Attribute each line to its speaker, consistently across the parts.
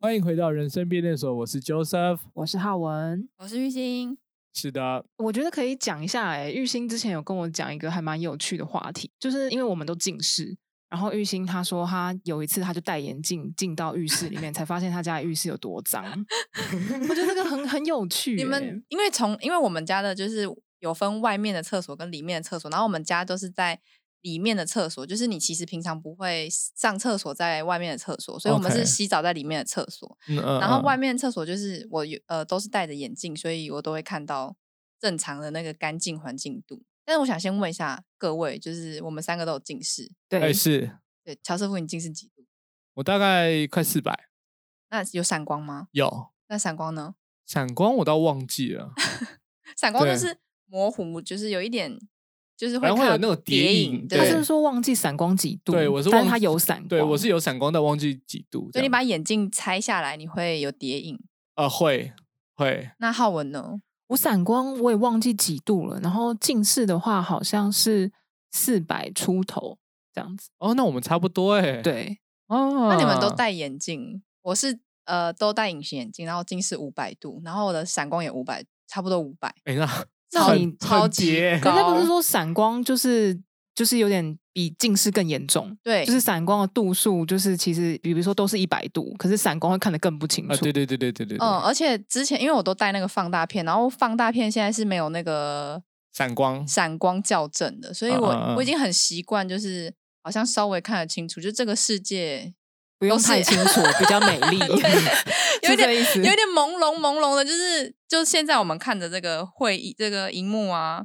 Speaker 1: 欢迎回到人生变电所，我是 Joseph。
Speaker 2: 我是浩文。
Speaker 3: 我是玉兴，
Speaker 1: 是的，
Speaker 2: 我觉得可以讲一下、欸，哎，玉兴之前有跟我讲一个还蛮有趣的话题，就是因为我们都近视，然后玉兴他说他有一次他就戴眼镜进到浴室里面，才发现他家的浴室有多 脏。我觉得这个很很有趣、
Speaker 3: 你们因为从因为我们家的就是有分外面的厕所跟里面的厕所，然后我们家都是在里面的厕所，就是你其实平常不会上厕所在外面的厕所，所以我们
Speaker 1: OK
Speaker 3: 是洗澡在里面的厕所
Speaker 1: 嗯嗯
Speaker 3: 然后外面厕所就是我有呃都是戴着眼镜，所以我都会看到正常的那个干净环境度。但是我想先问一下各位，就是我们三个都有近视，
Speaker 2: 对、
Speaker 1: 哎是
Speaker 3: 对，乔师傅你近视几度？
Speaker 1: 我大概快四百，
Speaker 3: 那有散光吗？
Speaker 1: 有
Speaker 3: 那散光呢？
Speaker 1: 闪光我倒忘记了，
Speaker 3: 散光就
Speaker 1: 对
Speaker 3: 是模糊，就是有一点，就是
Speaker 1: 反正会有
Speaker 3: 看到
Speaker 1: 那种叠
Speaker 3: 叠
Speaker 1: 影
Speaker 3: 影，
Speaker 1: 对
Speaker 2: 他是不
Speaker 3: 对
Speaker 2: 是。说忘记散光几度？
Speaker 1: 对我是
Speaker 2: 但
Speaker 1: 忘
Speaker 2: 他
Speaker 1: 记
Speaker 2: 有散光。
Speaker 1: 对我是有闪光，但忘记几度这
Speaker 3: 所以
Speaker 1: 样。
Speaker 3: 你把眼镜拆下来，你会有叠影。
Speaker 1: 呃会会
Speaker 3: 那浩文呢？
Speaker 2: 我散光我也忘记几度了，然后近视的话好像是四百出头这样子。
Speaker 1: 哦，那我们差不多哎、
Speaker 2: 对，
Speaker 1: 哦，
Speaker 3: 那你们都戴眼镜，我是呃都戴隐形眼镜，然后近视五百度，然后我的散光也五百，差不多五百。
Speaker 1: 哎、那
Speaker 2: 那
Speaker 1: 很
Speaker 2: 你
Speaker 1: 很
Speaker 3: 超级
Speaker 1: 叠欸
Speaker 2: 可是他不
Speaker 3: 高
Speaker 2: 是说散光就是就是有点比近视更严重，
Speaker 3: 对，
Speaker 2: 就是散光的度数就是其实比如说都是一百度，可是散光会看得更不清
Speaker 1: 啊，
Speaker 2: 楚。
Speaker 1: 对对对对对对，
Speaker 3: 嗯，
Speaker 1: 对
Speaker 3: 而且之前因为我都戴那个放大片，然后放大片现在是没有那个
Speaker 1: 闪光
Speaker 3: 闪光校正的，所以
Speaker 1: 嗯
Speaker 3: 我
Speaker 1: 嗯嗯
Speaker 3: 我已经很习惯，就是好像稍微看得清楚，就这个世界
Speaker 2: 不用
Speaker 3: 都是
Speaker 2: 太清楚，比较美 丽，
Speaker 3: 有
Speaker 2: 是
Speaker 3: 一点
Speaker 2: 这意思
Speaker 3: 有。一点朦胧朦胧的，就是就现在我们看着这个会议这个荧幕啊，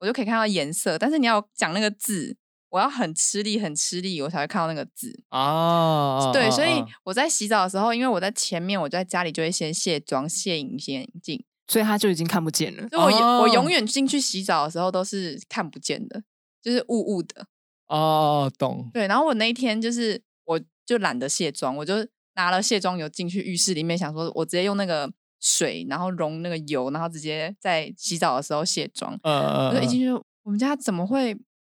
Speaker 3: 我就可以看到颜色，但是你要讲那个字，我要很吃力很吃力，我才会看到那个字。
Speaker 1: 啊，
Speaker 3: 对，
Speaker 1: 啊
Speaker 3: 所以
Speaker 1: 啊
Speaker 3: 我在洗澡的时候，因为我在前面，我在家里就会先卸妆、卸隐形眼镜，
Speaker 2: 所以他就已经看不见了。
Speaker 3: 所以我永、我
Speaker 1: 哦
Speaker 3: 永远进去洗澡的时候都是看不见的，就是雾雾的。
Speaker 1: 哦懂，
Speaker 3: 对，然后我那一天就是我就懒得卸妆，我就拿了卸妆油进去浴室里面，想说我直接用那个水，然后溶那个油，然后直接在洗澡的时候卸妆。
Speaker 1: 呃
Speaker 3: 我就
Speaker 1: 呃
Speaker 3: 一进去就，我们家怎么会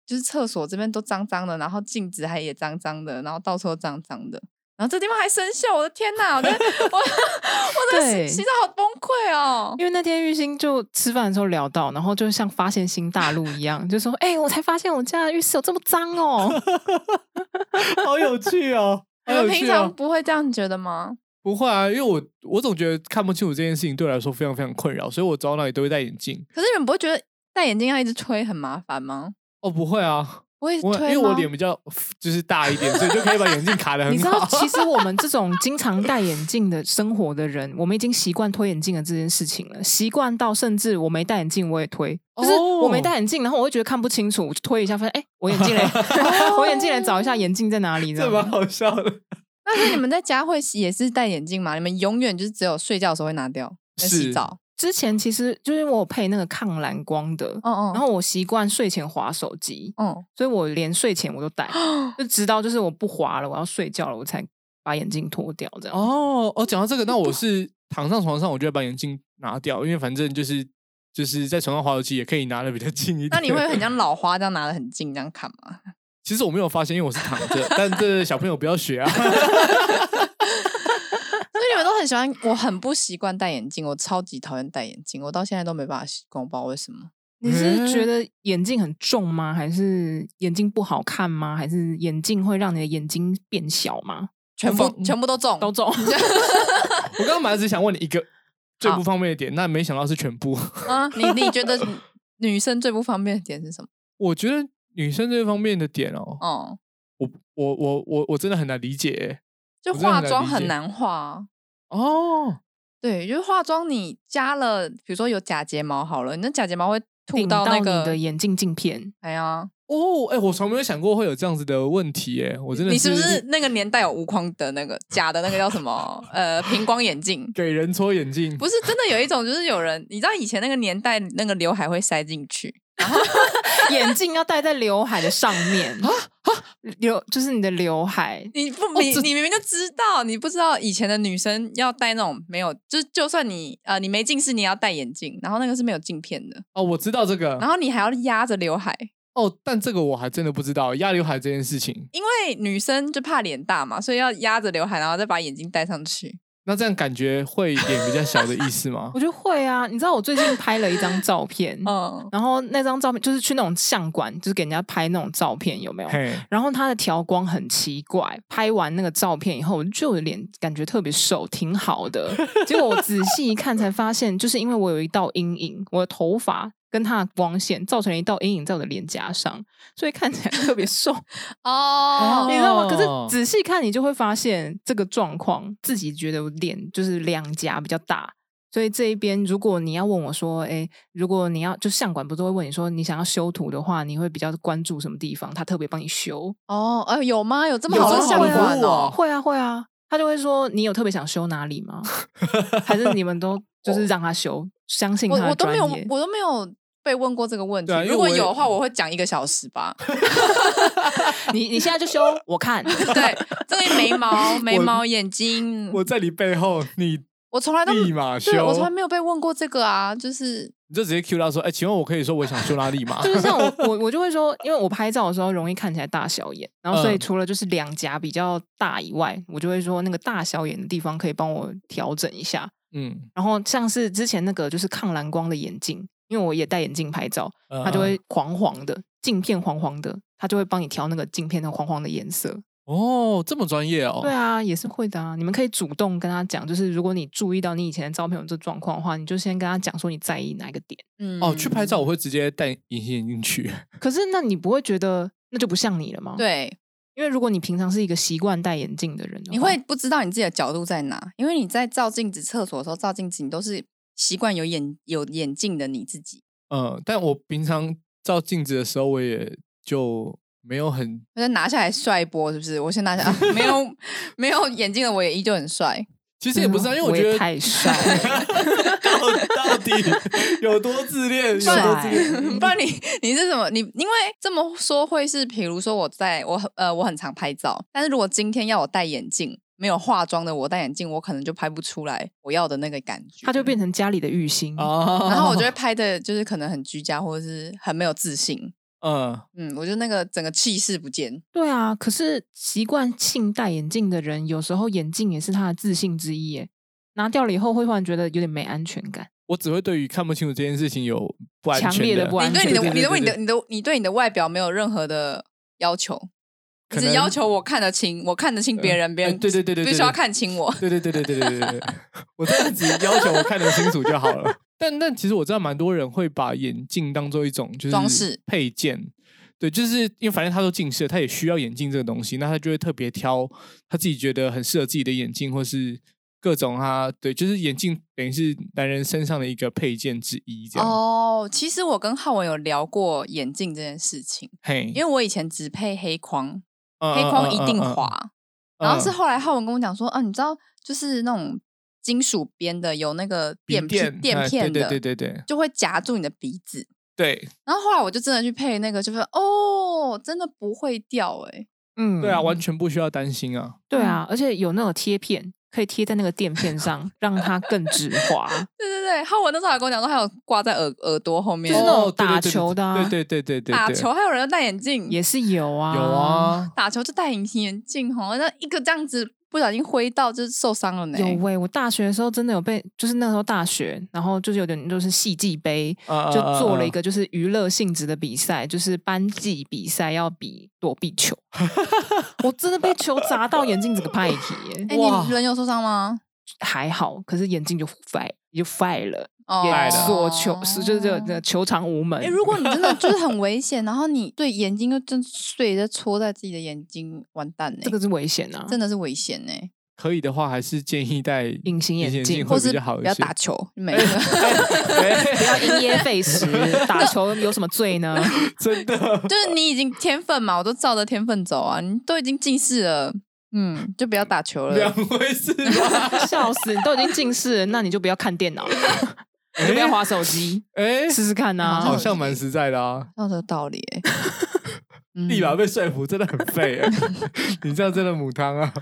Speaker 3: 就是厕所这边都脏脏的，然后镜子还也脏脏的，然后到处都脏脏的。然后这地方还生锈，我的天呐！我在 我我在
Speaker 2: 对
Speaker 3: 洗洗澡好崩溃哦。
Speaker 2: 因为那天玉兴就吃饭的时候聊到，然后就像发现新大陆一样，就说：“哎、我才发现我家的浴室有这么脏哦。
Speaker 1: 呃 好有趣哦。
Speaker 3: 你
Speaker 1: 好有
Speaker 3: 们平
Speaker 1: 趣
Speaker 3: 常
Speaker 1: 哦
Speaker 3: 不会这样觉得吗？
Speaker 1: 不会啊，因为我我总觉得看不清楚这件事情对我来说非常非常困扰，所以我走到哪里都会戴眼镜。
Speaker 3: 可是你们不会觉得戴眼镜要一直推很麻烦吗？
Speaker 1: 哦，不会啊，
Speaker 3: 不会
Speaker 1: 我因
Speaker 3: 推
Speaker 1: 为我
Speaker 3: 吗
Speaker 1: 脸比较就是大一点，所以就可以把眼镜卡的很
Speaker 2: 你知道，
Speaker 1: 好。
Speaker 2: 其实我们这种经常戴眼镜的生活的人，我们已经习惯推眼镜的这件事情了，习惯到甚至我没戴眼镜我也推，就是
Speaker 1: 哦
Speaker 2: 我没戴眼镜，然后我会觉得看不清楚，我就推一下，发现哎、我眼镜 嘞，我眼镜嘞，找一下眼镜在哪里，这
Speaker 1: 这
Speaker 2: 样
Speaker 1: 蛮好笑的。
Speaker 3: 但是你们在家会洗也是戴眼镜吗？你们永远就是只有睡觉的时候会拿掉，跟
Speaker 1: 是
Speaker 3: 洗澡。
Speaker 2: 之前其实就是我有配那个抗蓝光的，
Speaker 3: 嗯嗯，
Speaker 2: 然后我习惯睡前划手机，
Speaker 3: 嗯，
Speaker 2: 所以我连睡前我都 戴，就直到就是我不划了，我要睡觉了，我才把眼镜脱掉这样。
Speaker 1: 哦哦，讲到这个，那我是躺上床上，我就会把眼镜拿掉，因为反正就是就是在床上滑手机也可以拿的比较近一点。
Speaker 3: 那你会很像老花这样拿的很近这样看吗？
Speaker 1: 其实我没有发现，因为我是躺着，但这小朋友不要学啊。
Speaker 3: 所以你们都很喜欢，我很不习惯戴眼镜，我超级讨厌戴眼镜，我到现在都没办法习惯，我不知道为什么。
Speaker 2: 你是
Speaker 3: 嗯
Speaker 2: 觉得眼镜很重吗？还是眼镜不好看吗？还是眼镜会让你的眼睛变小吗？
Speaker 3: 全部
Speaker 1: 放
Speaker 3: 全部都中，
Speaker 2: 都重，
Speaker 1: 我刚刚本来只想问你一个最
Speaker 3: 好
Speaker 1: 不方便的点，那没想到是全部。
Speaker 3: 啊！你你觉得女生最不方便的点是什么？
Speaker 1: 我觉得女生这方面的点哦，
Speaker 3: 哦，
Speaker 1: 我我我我我真的很难理解欸。
Speaker 3: 就
Speaker 1: 我真的
Speaker 3: 化
Speaker 1: 很难
Speaker 3: 妆
Speaker 1: 理
Speaker 3: 很
Speaker 1: 解
Speaker 3: 难化啊。
Speaker 1: 哦，
Speaker 3: 对，就是化妆，你加了，比如说有假睫毛好了，你那假睫毛会吐
Speaker 2: 顶
Speaker 3: 那
Speaker 2: 你
Speaker 3: 个
Speaker 2: 的，眼镜镜片。
Speaker 3: 哎呀，
Speaker 1: 哦，哎、我从没有想过会有这样子的问题耶！我真的
Speaker 3: 你是不是那个年代有无框的那个假的那个叫什 么？呃，平光眼镜？
Speaker 1: 给人搓眼镜？
Speaker 3: 不是真的有一种，就是有人，你知道以前那个年代那个刘海会塞进去，
Speaker 2: 眼镜要戴在刘海的上面，
Speaker 3: 啊
Speaker 2: 刘就是你的刘海，
Speaker 3: 你不
Speaker 1: 哦
Speaker 3: 你你明明就知道，你不知道以前的女生要戴那种没有，就就算你呃你没近视，你也要戴眼镜，然后那个是没有镜片的，
Speaker 1: 哦，我知道这个
Speaker 3: 然。后你还要压着刘海，
Speaker 1: 哦，但这个我还真的不知道压刘海这件事情。
Speaker 3: 因为女生就怕脸大嘛，所以要压着刘海，然后再把眼睛戴上去。
Speaker 1: 那这样感觉会脸比较小的意思 吗
Speaker 2: 我？觉得会啊，你知道我最近拍了一张照片，
Speaker 3: 嗯，
Speaker 2: 然后那张照片就是去那种相馆，就是给人家拍那种照片，有没有？
Speaker 1: 嘿，
Speaker 2: 然后它的调光很奇怪，拍完那个照片以后，我就觉得我的脸感觉特别瘦，挺好的。结果我仔细一看，才发现就是因为我有一道阴影，我的头发跟它的光线造成了一道阴影在我的脸颊上，所以看起来特别瘦，
Speaker 3: 哦，
Speaker 2: 你知道吗？可
Speaker 1: 哦
Speaker 2: 是仔细看，你就会发现这个状况，自己觉得我脸就是两颊比较大。所以这一边，如果你要问我说，哎，如果你要就相馆不都会问你说，你想要修图的话，你会比较关注什么地方？他特别帮你修，
Speaker 3: 哦，哎，有吗？有这么
Speaker 1: 有
Speaker 3: 好
Speaker 1: 这
Speaker 3: 的
Speaker 1: 么
Speaker 3: 相
Speaker 1: 好的服
Speaker 3: 馆
Speaker 1: 务哦
Speaker 3: 哦？
Speaker 2: 会啊会啊，他就会说你有特别想修哪里吗？还是你们都就是让他修，相信
Speaker 3: 我
Speaker 2: 他的
Speaker 3: 我都没有
Speaker 2: 专业，
Speaker 3: 我都没有被问过这个问题
Speaker 1: 对啊。因为
Speaker 3: 如果
Speaker 1: 我也
Speaker 3: 有的话，我会讲一个小时吧。
Speaker 2: 你你现在就修，我看
Speaker 3: 对，这个眉毛、眉毛、眼睛，
Speaker 1: 我在你背后，你
Speaker 3: 我从来都
Speaker 1: 立马
Speaker 3: 对，
Speaker 1: 修，
Speaker 3: 我从来没有被问过这个啊，就是
Speaker 1: 你就直接 Q 他说：“哎、请问我可以说我想修哪里吗？”
Speaker 2: 就是像我我我就会说，因为我拍照的时候容易看起来大小眼，然后所以
Speaker 1: 嗯
Speaker 2: 除了就是两颊比较大以外，我就会说那个大小眼的地方可以帮我调整一下。
Speaker 1: 嗯，
Speaker 2: 然后像是之前那个就是抗蓝光的眼镜，因为我也戴眼镜拍照，
Speaker 1: 嗯
Speaker 2: 它就会黄黄的，镜片黄黄的，它就会帮你调那个镜片的黄黄的颜色。
Speaker 1: 哦，这么专业哦。
Speaker 2: 对啊，也是会的啊。你们可以主动跟他讲，就是如果你注意到你以前的照片有这状况的话，你就先跟他讲说你在意哪一个点。
Speaker 3: 嗯，
Speaker 1: 哦，去拍照我会直接戴隐形眼镜去。
Speaker 2: 可是那你不会觉得那就不像你了吗？，
Speaker 3: 对，
Speaker 2: 因为如果你平常是一个习惯戴眼镜的人
Speaker 1: 哦
Speaker 2: 的话，
Speaker 3: 你会不知道你自己的角度在哪，因为你在照镜子、厕所的时候照镜子，你都是习惯有眼有眼镜的你自己，
Speaker 1: 嗯，但我平常照镜子的时候，我也就没有很
Speaker 3: 我再拿下来帅一波，是不是？我先拿下，啊、 没有没有眼镜的我也依旧很帅，
Speaker 1: 其实也不是、啊，因为我觉
Speaker 2: 嗯也
Speaker 1: 得
Speaker 2: 太帅了，
Speaker 1: 到到底 有多自恋，有
Speaker 3: 不然
Speaker 1: 多自
Speaker 2: 帅
Speaker 1: 恋。
Speaker 3: 不然你你是什么？你因为这么说会是，比如说我在我很呃我很常拍照，但是如果今天要我戴眼镜。没有化妆的我戴眼镜，我可能就拍不出来我要的那个感觉。
Speaker 2: 他就变成家里的玉星。
Speaker 1: 啊
Speaker 3: 然后我就会拍的，就是可能很居家，或者是很没有自信。
Speaker 1: 嗯，
Speaker 3: 嗯，我觉得那个整个气势不见。
Speaker 2: 对啊，可是习惯性戴眼镜的人，有时候眼镜也是他的自信之一耶。拿掉了以后，会突然觉得有点没安全感。
Speaker 1: 我只会对于看不清楚这件事情有不安全
Speaker 2: 强烈的不安
Speaker 3: 你对你的
Speaker 1: 对对
Speaker 3: 你的
Speaker 1: 对
Speaker 3: 你的
Speaker 1: 对
Speaker 3: 你的你对你的外表没有任何的要求，
Speaker 1: 可
Speaker 3: 你
Speaker 1: 能
Speaker 3: 只要求我看得清，我看得清别人，别人
Speaker 1: 呃对对对对对
Speaker 3: 必须要看清我。
Speaker 1: 对对对对对对对对，对我这样子要求我看得清楚就好了。但但其实我知道蛮多人会把眼镜当做一种就是
Speaker 3: 装饰
Speaker 1: 配件，对，就是因为反正他都近视了，他也需要眼镜这个东西，那他就会特别挑他自己觉得很适合自己的眼镜，或是各种他对，就是眼镜等于是男人身上的一个配件之一这样。
Speaker 3: 哦，其实我跟浩文有聊过眼镜这件事情，
Speaker 1: 嘿，
Speaker 3: 因为我以前只配黑框，
Speaker 1: 嗯
Speaker 3: 黑框
Speaker 1: 嗯
Speaker 3: 一定
Speaker 1: 嗯嗯
Speaker 3: 滑。
Speaker 1: 嗯
Speaker 3: 然后是后来浩文跟我讲说，啊，你知道就是那种金属边的有那个
Speaker 1: 笔
Speaker 3: 垫片垫
Speaker 1: 哎
Speaker 3: 片的，嗯
Speaker 1: 对对对对
Speaker 3: 就会夹住你的鼻子。
Speaker 1: 对对
Speaker 3: 然后后来我就真的去配那个，就发现哦，真的不会掉哎、
Speaker 2: 嗯，
Speaker 1: 对啊，完全不需要担心啊。
Speaker 2: 对啊，而且有那种贴片，可以贴在那个垫片上，让它更直滑。
Speaker 3: 对对对，浩文那时候还跟我讲说，还有挂在耳耳朵后面，
Speaker 2: 就是那种
Speaker 1: 哦对对
Speaker 2: 打
Speaker 1: 对对
Speaker 2: 球的啊
Speaker 1: 对对对对对，
Speaker 3: 打
Speaker 1: 对
Speaker 3: 球，还有人要戴眼镜，
Speaker 2: 也是有啊，
Speaker 1: 有，啊，
Speaker 3: 打球就戴隐形眼镜吼，那一个这样子不小心挥到就是受伤了呢。
Speaker 2: 有喂、我大学的时候真的有被，就是那时候大学，然后就是有点就是戏剧杯，
Speaker 1: 就
Speaker 2: 就做了一个就是娱乐性质的比赛，就是班级比赛要比躲避球。我真的被球砸到眼镜整个派体耶，
Speaker 3: 哎，
Speaker 1: 哇
Speaker 3: 你人有受伤吗？
Speaker 2: 还好，可是眼镜就坏，就坏了，
Speaker 3: 哦
Speaker 2: 也
Speaker 1: 坏了
Speaker 2: 锁球是就是这个球场无门
Speaker 3: 哎，。如果你真 的就是很危险，然后你对眼睛又真碎在戳在自己的眼睛，完蛋呢。
Speaker 2: 这个是危险啊，
Speaker 3: 真的是危险呢，
Speaker 1: 可以的话，还是建议戴
Speaker 2: 隐形眼镜
Speaker 1: 会
Speaker 3: 或
Speaker 1: 比
Speaker 3: 是
Speaker 1: 较好一
Speaker 3: 不
Speaker 1: 些。
Speaker 3: 要 打球，没有。
Speaker 2: 不
Speaker 1: 哎
Speaker 2: 要因噎废 食，打球有什么罪呢？
Speaker 1: 真的，
Speaker 3: 就是你已经天分嘛，我都照着天分走啊，你都已经近视了，嗯，就不要 打球
Speaker 1: 两
Speaker 3: 了。
Speaker 1: 回事啊 吧？
Speaker 2: 笑死，你都已经近视了，那你就不要看电脑了， 你就不要划手机，
Speaker 1: 哎，
Speaker 2: 试试看
Speaker 3: 好
Speaker 1: 好
Speaker 2: 啊。
Speaker 1: 像蛮实在的啊。
Speaker 3: 有这个道理、 欸，嗯
Speaker 1: 立马被说服，真的很废哎！ 你这样真的母汤啊！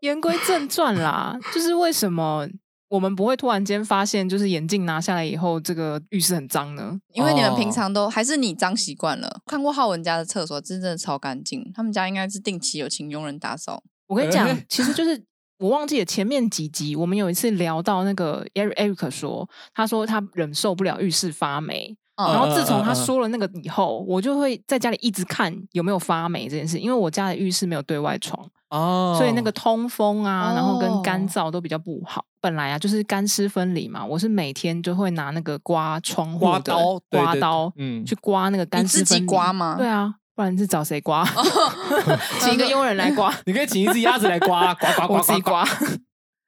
Speaker 2: 言归正传啦，就是为什么我们不会突然间发现，就是眼镜拿下来以后，这个浴室很脏呢？
Speaker 3: 因为你们
Speaker 1: 哦
Speaker 3: 平常都还是你脏习惯了。看过浩文家的厕所，真的超干净，他们家应该是定期有请佣人打扫。
Speaker 2: 我跟你讲
Speaker 1: 哎，
Speaker 2: 其实就是我忘记了前面几集，我们有一次聊到那个 Eric Eric 说，他说他忍受不了浴室发霉，
Speaker 3: 嗯
Speaker 2: 然后自从
Speaker 1: 嗯嗯
Speaker 2: 他
Speaker 1: 嗯嗯
Speaker 2: 说了那个以后，我就会在家里一直看有没有发霉这件事，因为我家的浴室没有对外窗，
Speaker 1: 哦，
Speaker 2: 所以那个通风啊，然后跟干
Speaker 3: 哦
Speaker 2: 燥都比较不好。本来啊，就是干湿分离嘛，我是每天就会拿那个刮窗户
Speaker 1: 刮
Speaker 2: 的
Speaker 1: 刀对
Speaker 2: 刮
Speaker 1: 对
Speaker 2: 刀，
Speaker 1: 嗯
Speaker 2: 去刮那个干
Speaker 3: 你
Speaker 2: 湿
Speaker 3: 自己
Speaker 2: 分离
Speaker 3: 刮吗
Speaker 2: 对啊，不然是找谁刮？ 请一个佣人来刮，
Speaker 1: 你可以请一只鸭子来刮，刮哦 刮 刮
Speaker 2: 我自
Speaker 1: 刮
Speaker 2: 己
Speaker 1: 刮。
Speaker 2: 刮。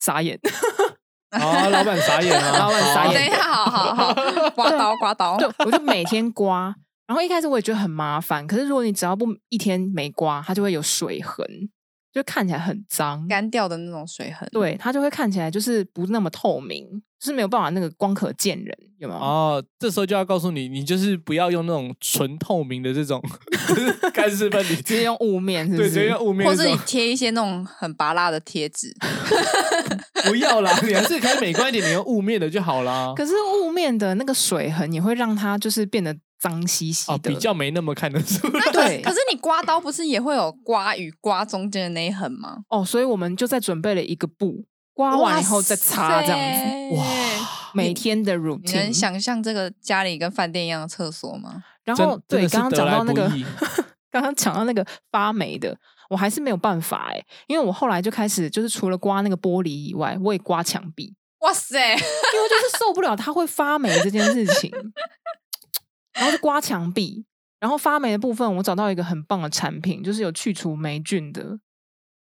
Speaker 2: 傻眼，
Speaker 1: 哦， 老板傻眼啊，
Speaker 2: 老板傻
Speaker 1: 好
Speaker 2: 眼
Speaker 3: 等一下，好 好好，刮刀刮刀，
Speaker 2: 对，我就每天刮。然后一开始我也觉得很麻烦，可是如果你只要不一天没刮，它就会有水痕，就看起来很脏。
Speaker 3: 干掉的那种水痕。
Speaker 2: 对，它就会看起来就是不那么透明，就是没有办法那个光可见人，有没有？
Speaker 1: 哦，这时候就要告诉你，你就是不要用那种纯透明的这 种干湿分离，
Speaker 2: 直接用雾面，是不
Speaker 1: 对，
Speaker 2: 是？
Speaker 1: 直接用雾面
Speaker 3: 或
Speaker 1: 这
Speaker 3: 是你
Speaker 1: 种，
Speaker 3: 贴一些那种很拔辣的贴纸，
Speaker 1: 不要啦，你还是可以美观一点，你用雾面的就好啦。
Speaker 2: 可是雾面的那个水痕也会让它就是变得脏兮兮
Speaker 1: 哦，
Speaker 2: 的，
Speaker 1: 比较没那么看得出来。
Speaker 2: 对
Speaker 3: 可。是你刮刀不是也会有刮与刮中间的那一痕吗？
Speaker 2: 哦，所以我们就再准备了一个布，刮完以后再擦，这样子。
Speaker 3: 子哇塞，
Speaker 2: 每天的
Speaker 3: 你能
Speaker 2: routine，
Speaker 3: 想象这个家里跟饭店一样的厕所吗？
Speaker 2: 然
Speaker 1: 真
Speaker 2: 后
Speaker 1: 真
Speaker 2: 对
Speaker 1: 的是
Speaker 2: 刚刚
Speaker 1: 得
Speaker 2: 讲
Speaker 1: 来
Speaker 2: 到那
Speaker 1: 不
Speaker 2: 个
Speaker 1: 易，
Speaker 2: 刚刚讲到那个发霉的，我还是没有办法哎、因为我后来就开始就是除了刮那个玻璃以外，我也刮墙壁，
Speaker 3: 哇塞，
Speaker 2: 因为就是受不了它会发霉这件事情， 然后就刮墙壁。然后发霉的部分，我找到一个很棒的产品，就是有去除霉菌的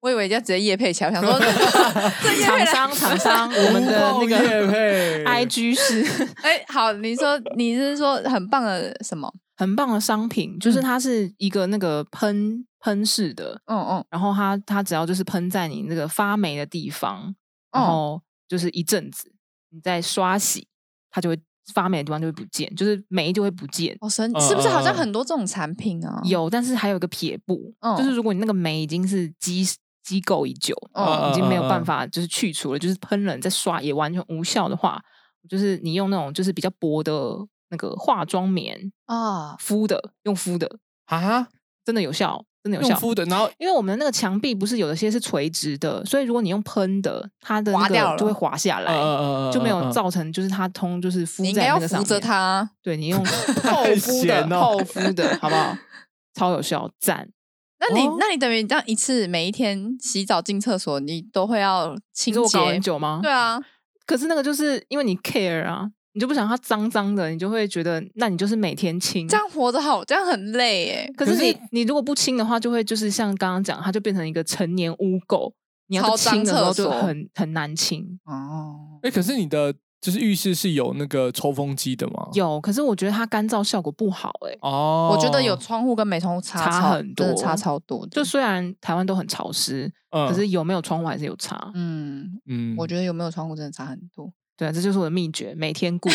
Speaker 3: 我以为要直接叶配起来，我 想说这叶
Speaker 2: 厂
Speaker 3: 配来，
Speaker 2: 商，厂 商， 我们的那
Speaker 1: 无后业
Speaker 2: 个
Speaker 1: 配
Speaker 2: IG 是
Speaker 3: 哎，好，你说你是说很棒的什么？
Speaker 2: 很棒的商品，
Speaker 1: 嗯
Speaker 2: 就是它是一个那个喷喷式的，
Speaker 3: 嗯嗯
Speaker 2: 然后它它只要就是喷在你那个发霉的地方，然
Speaker 3: 嗯，
Speaker 2: 后就是一阵子，你再刷洗，它就会发霉的地方就会不见，就是霉就会不见。
Speaker 3: 好神
Speaker 1: 嗯，
Speaker 3: 是不是好
Speaker 1: 嗯
Speaker 3: 像
Speaker 1: 嗯
Speaker 3: 很多这种产品
Speaker 1: 哦
Speaker 3: 啊？，
Speaker 2: 有，但是还有一个撇步，
Speaker 1: 嗯
Speaker 2: 就是如果你那个霉已经是积积垢已久，
Speaker 3: 嗯
Speaker 2: 已经没有
Speaker 1: 嗯
Speaker 2: 办。
Speaker 1: 嗯嗯
Speaker 2: 法就是去除了，就是喷了你再刷也完全无效的话，就是你用那种就是比较薄的那个化妆棉
Speaker 3: 啊，
Speaker 2: 敷的，用敷的，
Speaker 1: 啊，
Speaker 2: 真的有效，真的有
Speaker 1: 用
Speaker 2: 效。
Speaker 1: 敷的，然后
Speaker 2: 因为我们的那个墙壁不是有的些是垂直的，所以如果你用喷的，它的那
Speaker 3: 滑掉
Speaker 2: 个就会
Speaker 3: 了
Speaker 2: 滑下来。
Speaker 1: 呃呃呃
Speaker 2: 就没有
Speaker 1: 呃
Speaker 2: 造成就是它通就是敷
Speaker 3: 你应
Speaker 2: 在
Speaker 3: 该
Speaker 2: 那
Speaker 3: 要
Speaker 2: 个上
Speaker 3: 扶
Speaker 2: 面，
Speaker 3: 着它。
Speaker 2: 对你用 厚
Speaker 1: 太
Speaker 2: 敷的
Speaker 1: 闲哦
Speaker 2: 厚敷的好不好？超有效，赞！
Speaker 3: 那你
Speaker 1: 哦
Speaker 3: 那你等于这样一次，每一天洗澡进厕所，你都会要
Speaker 2: 你
Speaker 3: 清
Speaker 2: 说我搞
Speaker 3: 洁
Speaker 2: 很。久吗？
Speaker 3: 对啊，
Speaker 2: 可是那个就是因为你 care 啊，你就不想它脏脏的，你就会觉得那你就是每天清。
Speaker 3: 这样活着好，这样很累哎。
Speaker 2: 可是
Speaker 1: 可
Speaker 2: 你
Speaker 1: 是
Speaker 2: 你如果不清的话，就会就是像刚刚讲，它就变成一个成年污垢。你要
Speaker 3: 超
Speaker 2: 去清的时候
Speaker 3: 脏厕
Speaker 2: 就
Speaker 3: 所
Speaker 2: 很很难清。
Speaker 3: 哦，
Speaker 1: 哎，可是你的就是浴室是有那个抽风机的吗？
Speaker 2: 有，可是我觉得它干燥效果不好哎、
Speaker 1: 哦，
Speaker 3: 我觉得有窗户跟没窗户差
Speaker 2: 差
Speaker 3: 超
Speaker 2: 很
Speaker 3: 真的
Speaker 2: 多
Speaker 3: 差超多的。
Speaker 2: 就虽然台湾都很潮湿，
Speaker 1: 嗯，
Speaker 2: 可是有没有窗户还是有差。
Speaker 3: 嗯，
Speaker 1: 嗯，
Speaker 3: 我觉得有没有窗户真的差很多。
Speaker 2: 对啊，这就是我的秘诀，每天 顾。
Speaker 1: 得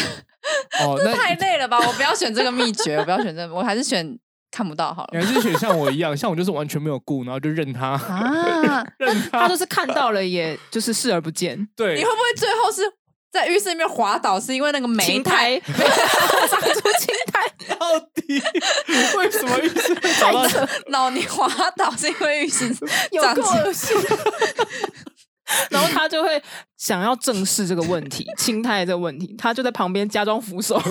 Speaker 1: 哦，那
Speaker 3: 太累了吧？我不要选这 个秘诀，我不要选这个，我还是选看不到好
Speaker 1: 你
Speaker 3: 了。
Speaker 1: 还是选像我一样，像我就是完全没有顾，然后就任他，
Speaker 3: 啊，
Speaker 1: 任
Speaker 2: 他
Speaker 1: 他。
Speaker 2: 就是看到了，也就是视而不 见。
Speaker 1: 对，
Speaker 3: 你会不会最后是在浴室里面滑倒，是因为那个
Speaker 2: 青
Speaker 3: 煤炭？
Speaker 2: 苔 长出青苔，
Speaker 1: 到底 为什么浴室会找到？
Speaker 3: 老你滑倒是因为浴室
Speaker 2: 有
Speaker 3: 长
Speaker 2: 够
Speaker 3: 青
Speaker 2: 恶心。 然后他就会想要正视这个问题，青苔这个问题，他就在旁边假装 扶手，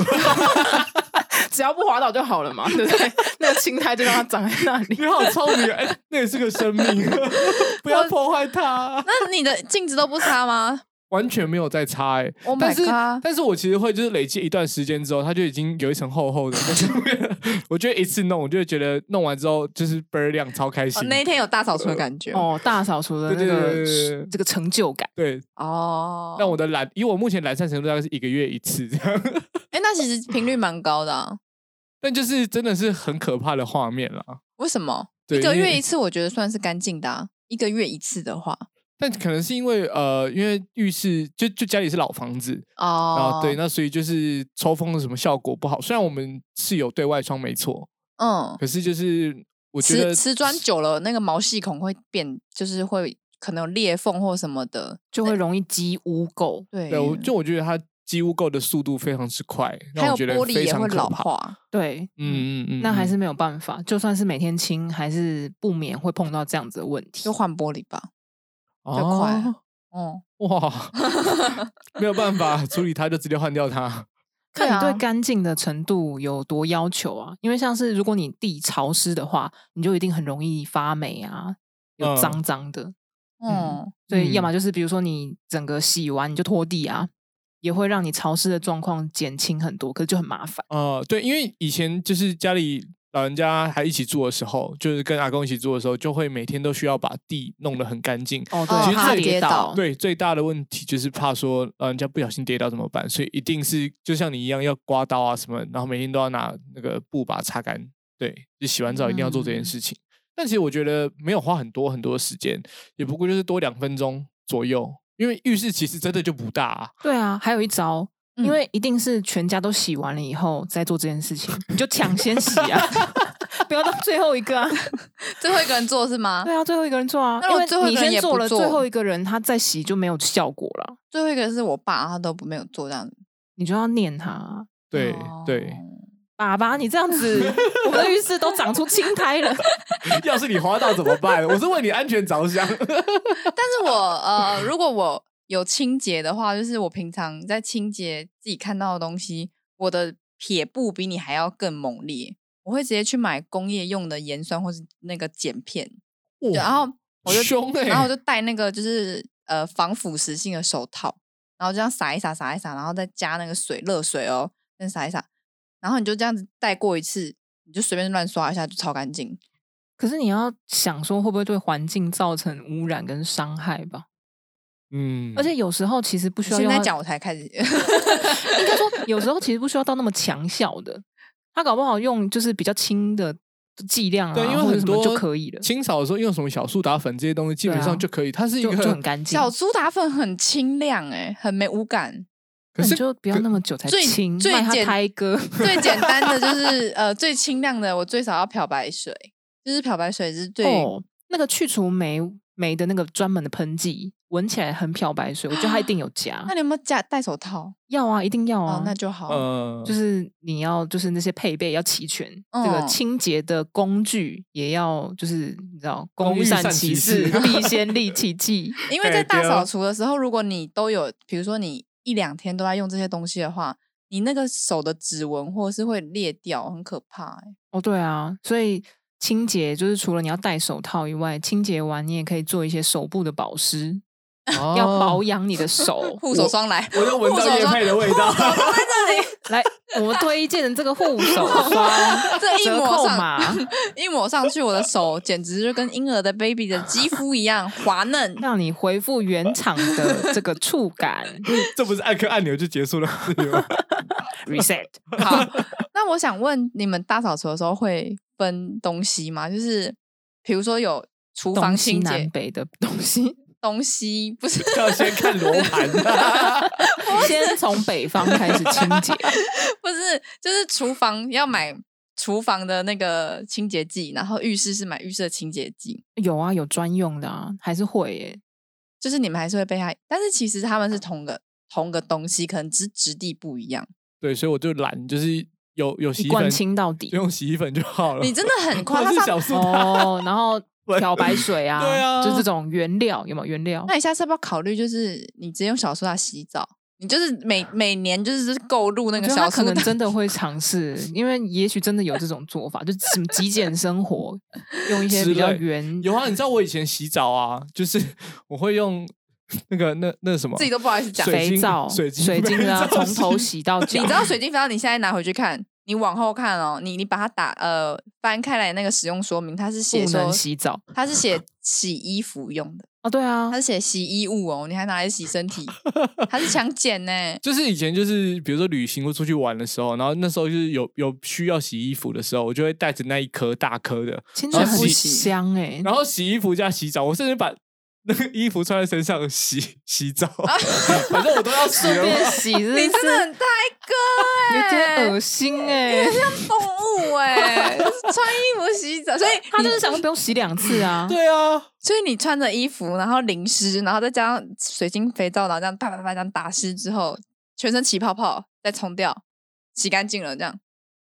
Speaker 2: 只要不滑倒就好了嘛，对不对？那个青苔就让它长在那里。
Speaker 1: 你好聪明，哎、那也是个生 命， 不要破坏它。
Speaker 3: 那你的镜子都不擦吗？
Speaker 1: 完全没有在擦、哎
Speaker 3: Oh my
Speaker 1: 但是
Speaker 3: god
Speaker 1: 但是我其实会就是累积一段时间之后，它就已经有一层厚厚的。但是 我觉得一次弄，我就会觉得弄完之后就是倍儿亮，超开
Speaker 3: 哦
Speaker 1: 心。，
Speaker 3: 那一天有大扫除的感觉哦。
Speaker 2: 哦，大扫除的那
Speaker 1: 对对对
Speaker 2: 个
Speaker 1: 对对对
Speaker 2: 这个成就感，
Speaker 1: 对，
Speaker 3: 哦
Speaker 1: 但我的懒，以我目前懒散程度大概是一个月一次这样，
Speaker 3: 哎，那其实频率蛮高的啊。
Speaker 1: 但就是真的是很可怕的画面啦。
Speaker 3: 为什么？
Speaker 1: 对
Speaker 3: 一个
Speaker 1: 因为
Speaker 3: 月一次，我觉得算是干净的啊。一个月一次的话，
Speaker 1: 但可能是因为呃，因为浴室就就家里是老房子，
Speaker 3: 哦
Speaker 1: 啊，，对，，那所以就是抽风的什么效果不好。虽然我们是有对外窗没错，
Speaker 3: 嗯，
Speaker 1: 可是就是我觉得
Speaker 3: 瓷瓷砖久了，那个毛细孔会变，就是会可能有裂缝或什么的。
Speaker 2: 就会容易积污垢。
Speaker 3: 对
Speaker 1: 对，我就我觉得它积污垢的速度非常之快，
Speaker 3: 哎还
Speaker 1: 让
Speaker 3: 有
Speaker 1: 我觉得
Speaker 3: 玻璃
Speaker 1: 非
Speaker 3: 也
Speaker 1: 常
Speaker 3: 会
Speaker 1: 可
Speaker 3: 老
Speaker 1: 怕。
Speaker 3: 化。
Speaker 2: 对，
Speaker 1: 嗯嗯嗯，
Speaker 2: 那还
Speaker 1: 嗯
Speaker 2: 是没有办法，就算是每天清，还是不免会碰到这样子的问题
Speaker 3: 就。换玻璃吧。
Speaker 1: 比
Speaker 3: 较快啊哦，
Speaker 1: 哇， 没有办法处理它，就直接换掉它。
Speaker 2: 看
Speaker 3: 对
Speaker 2: 你对
Speaker 3: 啊
Speaker 2: 干净的程度有多要求啊，因为像是如果你地潮湿的话，你就一定很容易发霉啊，有
Speaker 1: 嗯
Speaker 2: 脏脏的。
Speaker 3: 嗯，
Speaker 2: 所以要
Speaker 1: 嗯
Speaker 2: 么就是比如说你整个洗完你就拖地啊，也会让你潮湿的状况减轻很多，可是就很麻烦。
Speaker 1: 呃，对，因为以前就是家里老人家还一起住的时候，就是跟阿公一起住的时候，就会每天都需要把地弄得很干净。
Speaker 2: 哦，
Speaker 1: 其
Speaker 2: 对，
Speaker 1: 实
Speaker 2: 怕
Speaker 1: 这也
Speaker 2: 跌倒，
Speaker 1: 对，最大的问题就是怕说呃老人家不小心跌倒怎么办，所以一定是就像你一样要刮刀啊什么，然后每天都要拿那个布把它擦干。对，就洗完澡一定要做这件
Speaker 2: 嗯
Speaker 1: 事情。但其实我觉得没有花很多很多时间，也不过就是多两分钟左右，因为浴室其实真的就不大、啊。
Speaker 2: 对啊，还有一招。因
Speaker 3: 嗯
Speaker 2: 为一定是全家都洗完了以后再做这件事情，你就抢先洗啊， 不要到最后一个 啊。
Speaker 3: 最后一个人做是吗？
Speaker 2: 对啊，最后一个人做啊，
Speaker 3: 那
Speaker 2: 因
Speaker 3: 如果
Speaker 2: 为
Speaker 3: 最后一
Speaker 2: 你
Speaker 3: 个人
Speaker 2: 先
Speaker 3: 也
Speaker 2: 做
Speaker 3: 不
Speaker 2: 了，最
Speaker 3: 做
Speaker 2: 后一个人他再洗就没有效果了，
Speaker 3: 最后一个是我爸，他都不没有做这样子。哦
Speaker 2: 你就要念他啊。
Speaker 1: 对、对，
Speaker 2: 爸爸，你这样子，我们的浴室都长出青苔了。 哦
Speaker 1: 要是你滑倒怎么办？我是为你安全着 想。
Speaker 3: 但是我呃，如果我有清洁的话，就是我平常在清洁自己看到的东西，我的撇布比你还要更猛烈。我会直接去买工业用的盐酸或是那个碱片，对然后我就
Speaker 1: 凶欸
Speaker 3: 然后我就戴那个就是呃防腐蚀性的手套，然后这样撒一撒撒一撒，然后再加那个水热水哦，再撒一撒，然后你就这样子戴过一次，你就随便乱刷一下就超干净。
Speaker 2: 可是你要想说，会不会对环境造成污染跟伤害吧？
Speaker 1: 嗯
Speaker 2: 而且有时候其实不需要
Speaker 3: 现
Speaker 2: 用
Speaker 3: 在
Speaker 2: 到
Speaker 3: 讲我才开始，
Speaker 2: 应该说有时候其实不需要到那么强效的，他搞不好用就是比较轻的剂量啊，
Speaker 1: 对，因为
Speaker 2: 或者
Speaker 1: 很
Speaker 2: 什么
Speaker 1: 多
Speaker 2: 就可以了，
Speaker 1: 清扫的时候用什么小苏打粉这些东西，基本
Speaker 2: 对啊
Speaker 1: 上就可以。它是一
Speaker 2: 就
Speaker 1: 个
Speaker 2: 就很干净。
Speaker 3: 小苏打粉很清亮哎、很没无感。
Speaker 1: 可
Speaker 2: 那你
Speaker 1: 是
Speaker 2: 就不要
Speaker 1: 可
Speaker 2: 那么久才
Speaker 3: 最
Speaker 2: 清，
Speaker 3: 最
Speaker 2: 卖他
Speaker 3: 简
Speaker 2: 胎哥。
Speaker 3: 最简单的就是呃最清亮的，我最少要漂白水，就是漂白水是最、
Speaker 2: 哦，那个去除霉霉的那个专门的喷剂，闻起来很漂白水，我觉得它一定有加
Speaker 3: 那。你有没有加戴手套？
Speaker 2: 要啊，一定要啊，
Speaker 3: 哦，那就好。
Speaker 1: 呃，
Speaker 2: 就是你要就是那些配备要齐全，这个
Speaker 3: 嗯
Speaker 2: 清洁的工具也要就是你知道，
Speaker 1: 工
Speaker 2: 欲
Speaker 1: 欲
Speaker 2: 善
Speaker 1: 善
Speaker 2: 其
Speaker 1: 其
Speaker 2: 事，
Speaker 1: 事
Speaker 2: 必先利其器。
Speaker 3: 因为在
Speaker 1: 哎
Speaker 3: 大
Speaker 1: 对
Speaker 3: 扫
Speaker 1: 哦
Speaker 3: 除的时候，如果你都有，比如说你一两天都在用这些东西的话，你那个手的指纹或者是会裂掉，很可怕、欸。
Speaker 2: 哦，对啊，所以清洁就是除了你要戴手套以外，清洁完你也可以做一些手部的保湿，要 保
Speaker 1: 养。
Speaker 2: 养你的手。
Speaker 3: 哦护手
Speaker 2: 我
Speaker 3: 霜来，
Speaker 1: 我就闻
Speaker 3: 护
Speaker 1: 到
Speaker 3: 手
Speaker 1: 叶
Speaker 3: 霜
Speaker 1: 配的味道。
Speaker 2: 来，我们推荐的这个护手霜，
Speaker 3: 这一
Speaker 2: 折
Speaker 3: 抹
Speaker 2: 扣
Speaker 3: 上
Speaker 2: 码
Speaker 3: 一抹上去，我的手简直就跟婴儿的 baby 的肌肤一样 滑嫩。
Speaker 2: 让你恢复原厂的这个触 感
Speaker 1: 这不是按个按钮就结束了事情吗？
Speaker 2: reset。
Speaker 3: 好，那我想问你们大扫除的时候会分东西吗？就是比如说有厨
Speaker 2: 东
Speaker 3: 房
Speaker 2: 西
Speaker 3: 清
Speaker 2: 南
Speaker 3: 洁
Speaker 2: 北的东西，
Speaker 3: 东西，不是
Speaker 1: 要先看罗 盘。
Speaker 2: 先从北方开始清洁。
Speaker 3: 不是，就是厨房要买厨房的那个清洁剂，然后浴室是买浴室的清洁剂。
Speaker 2: 有啊，有专用的啊，还是会耶。
Speaker 3: 就是你们还是会被它，但是其实他们是同个同个东西，可能只是质地不 一样。
Speaker 1: 对，所以我就懒，就是有有洗
Speaker 2: 一
Speaker 1: 衣
Speaker 2: 罐
Speaker 1: 粉
Speaker 2: 清到底
Speaker 1: 就用洗衣粉就好了。
Speaker 3: 你真的很
Speaker 1: 或
Speaker 3: 夸张
Speaker 1: 是。小苏打。
Speaker 2: 哦，然后漂白水啊，
Speaker 1: 对啊
Speaker 2: 就这种原料有没有原料
Speaker 3: 那？你下次要不要考虑，就是你直接用小苏打洗澡？你就是每每年就是购入那
Speaker 2: 我
Speaker 3: 个
Speaker 2: 觉得他
Speaker 3: 小
Speaker 2: 可
Speaker 3: 苏
Speaker 2: 能
Speaker 3: 打，
Speaker 2: 真 的会尝试，因为也许真的有这种做法，就是什么极简生活，用一些
Speaker 1: 之
Speaker 2: 比较
Speaker 1: 类
Speaker 2: 原
Speaker 1: 有啊，你知道我以前洗澡啊，就是我会用那个那那什么
Speaker 3: 自己都不好意思讲。
Speaker 1: 水
Speaker 2: 肥
Speaker 1: 晶
Speaker 2: 皂、
Speaker 1: 水晶
Speaker 2: 水
Speaker 1: 肥
Speaker 2: 晶啊，
Speaker 1: 皂
Speaker 2: 从头
Speaker 1: 洗
Speaker 2: 洗到脚。
Speaker 3: 你知道水晶肥皂，你现在拿回去看，你往后看哦，你你把它打呃翻开来那个使用说明，它是写
Speaker 2: 不能
Speaker 3: 说
Speaker 2: 洗澡
Speaker 3: 它是 写洗衣服用的，
Speaker 2: 哦？对啊
Speaker 3: 它，是写洗衣物哦，你还拿来洗身 体，它是强碱呢。
Speaker 1: 就是以前就是比如说旅行或出去玩的时候，然后那时候就是有有需要洗衣服的时候，我就会带着那一颗大颗的，
Speaker 2: 清水
Speaker 1: 然后
Speaker 2: 很
Speaker 1: 洗
Speaker 2: 香哎，
Speaker 1: 然后洗衣服加洗澡，我甚至把 那个衣服穿在身上洗洗澡，反正我都要洗
Speaker 2: 顺
Speaker 1: 了嘛。
Speaker 2: 便 洗，真
Speaker 3: 你真的欸
Speaker 2: 是
Speaker 3: 很胎哥
Speaker 2: 有
Speaker 3: 哎、
Speaker 2: 点恶心 哎。
Speaker 3: 像动物 哎、穿衣服洗澡，所以
Speaker 2: 他就是想说不用洗两次 啊。
Speaker 1: 对啊，
Speaker 3: 所以你穿着衣服，然后淋湿，然后再加上水晶肥皂，然后这样啪啪啪这样打湿之后，全身起泡泡，再冲掉，洗干净了这样。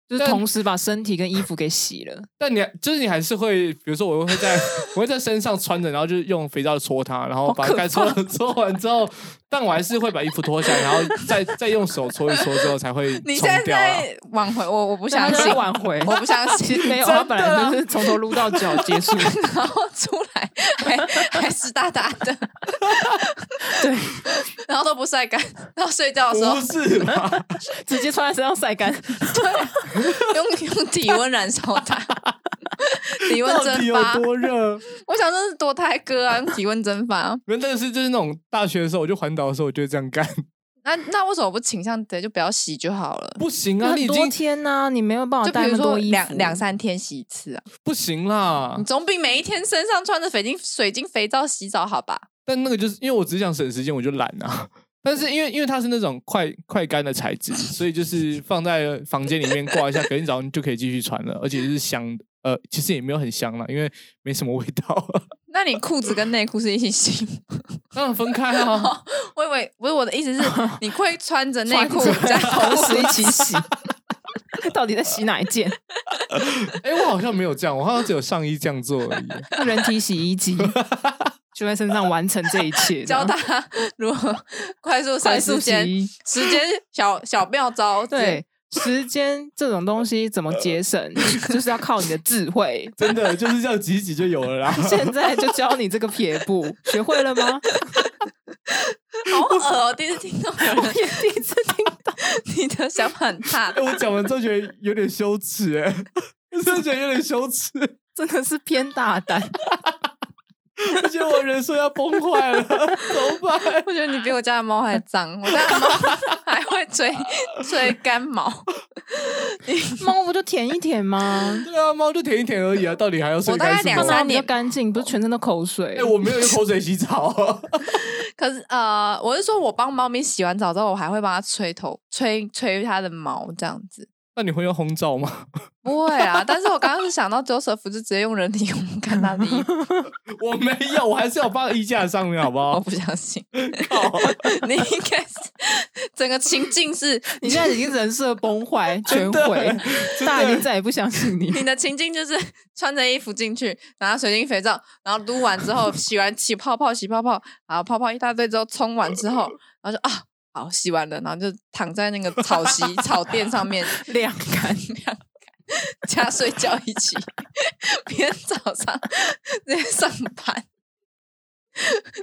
Speaker 2: 就是
Speaker 1: 但
Speaker 2: 同时把身体跟衣服给洗了。
Speaker 1: 但你还就是你还是会，比如说我会在我会在身上穿着，然后就是用肥皂搓它，然后
Speaker 2: 好
Speaker 1: 把
Speaker 2: 可
Speaker 1: 该搓的 搓完之后，但我还是会把衣服脱下来，然后再再用手搓一搓之后才会
Speaker 3: 你
Speaker 1: 冲
Speaker 3: 现在
Speaker 1: 掉啊。
Speaker 3: 在挽回我，我不
Speaker 2: 不
Speaker 3: 相信，
Speaker 2: 挽回，
Speaker 3: 我不相
Speaker 2: 其
Speaker 3: 信。
Speaker 2: 实没 有，
Speaker 1: 真
Speaker 2: 他
Speaker 1: 的
Speaker 2: 本
Speaker 3: 啊
Speaker 2: 来就是从头撸到脚结束。
Speaker 3: 然后出来还 还湿哒哒的，
Speaker 2: 对，
Speaker 3: 然后都不晒干，然后睡觉的时候
Speaker 1: 不是吧？
Speaker 2: 直接穿在身上晒干，
Speaker 3: 用用体温燃烧它，体温
Speaker 1: 到底
Speaker 3: 蒸
Speaker 1: 有
Speaker 3: 发。
Speaker 1: 多热？
Speaker 3: 我想这是多胎哥啊，用体温蒸发。
Speaker 1: 没有，但是就是那种大学的时候，我就环岛的时候，我就会这样干，
Speaker 3: 那那为什么不倾向直接就不要洗就好了？
Speaker 1: 不行啊，你
Speaker 2: 很
Speaker 1: 已
Speaker 2: 多
Speaker 1: 经
Speaker 2: 天呐，你没有办法
Speaker 3: 就
Speaker 2: 哦带
Speaker 3: 比
Speaker 2: 那
Speaker 3: 如
Speaker 2: 么
Speaker 3: 说
Speaker 2: 多衣服，
Speaker 3: 两两三天洗一次啊，
Speaker 1: 不行啦
Speaker 3: 你。总比每一天身上穿着水晶水晶肥皂洗澡好吧？
Speaker 1: 但那个就是因为我只想省时间，我就懒啊。 但是因为因为它是那种快快干的材质，所以就是放在房间里面挂一下，隔天早上就可以继续穿了，而且是香的。呃，其实也没有很香啦，因为没什么味 道。啊
Speaker 3: 那你裤子跟内裤是一起洗吗？
Speaker 1: 当然分开啊，
Speaker 3: 我以为不是我的意思是，你会穿着内裤
Speaker 2: 在
Speaker 3: 在
Speaker 2: 同时一起洗， 到底在洗哪一件？
Speaker 1: 哎、我好像没有这样，我好像只有上衣这样做而已。
Speaker 2: 人体洗衣机就在身上完成这一 切，
Speaker 3: 教大 家如何快速
Speaker 2: 快速
Speaker 3: 省时
Speaker 2: 洗
Speaker 3: 间，
Speaker 2: 衣。
Speaker 3: 时间小 小妙招。
Speaker 2: 对，时间这种东西怎么节省，就是要靠你的智慧。
Speaker 1: 真的就是这样挤一挤就有了啦。
Speaker 2: 现在就教你这个撇步，学会了吗？
Speaker 3: 好恶哦！第一次听到有人，
Speaker 2: 也第一次听到，
Speaker 3: 你的想法很 大
Speaker 1: 哎、。我讲完之后觉得有点羞耻、哎，真的觉得有点羞耻，
Speaker 2: 真的是偏大胆。
Speaker 1: 我觉得我人设要崩坏了， 怎么办？
Speaker 3: 我觉得你比我家的猫还脏，我家的猫 还会吹吹干毛。
Speaker 2: 猫不就舔一舔吗？
Speaker 1: 对啊，猫就舔一舔而已啊，到底还要睡
Speaker 3: 我大
Speaker 1: 干
Speaker 3: 概
Speaker 1: 什么？
Speaker 3: 两
Speaker 2: 它
Speaker 3: 三
Speaker 2: 哪有比较
Speaker 3: 年
Speaker 2: 干净，不是全身都口水
Speaker 1: 哎、。我没有用口水洗澡，
Speaker 3: 可是呃，我是说我帮猫咪洗完澡之后，我还会帮它吹头、吹吹它的毛这样子。
Speaker 1: 那你会用烘罩吗？
Speaker 3: 不会啊，但是我刚刚是想到 Joseph 就直接用人体烘干 它的衣服，
Speaker 1: 我没有，我还是要放在衣架上面，好不
Speaker 3: 我
Speaker 1: 好？
Speaker 3: 不相信。
Speaker 1: 靠，
Speaker 3: 你应该是 整个情境是，
Speaker 2: 你现在已经人设崩坏， 全毁，
Speaker 1: 真
Speaker 2: 大家已经
Speaker 1: 的，
Speaker 2: 再也不相信你。
Speaker 3: 你的情境就是 穿着衣服进去，拿水晶肥皂，然后撸完之后洗完起泡泡，洗泡泡，然后泡泡一大堆之后冲完之后，然后就啊。好，洗完了，然后就躺在那个草席、 草垫上面
Speaker 2: 晾干，
Speaker 3: 加睡觉一起，明天早上直接上班。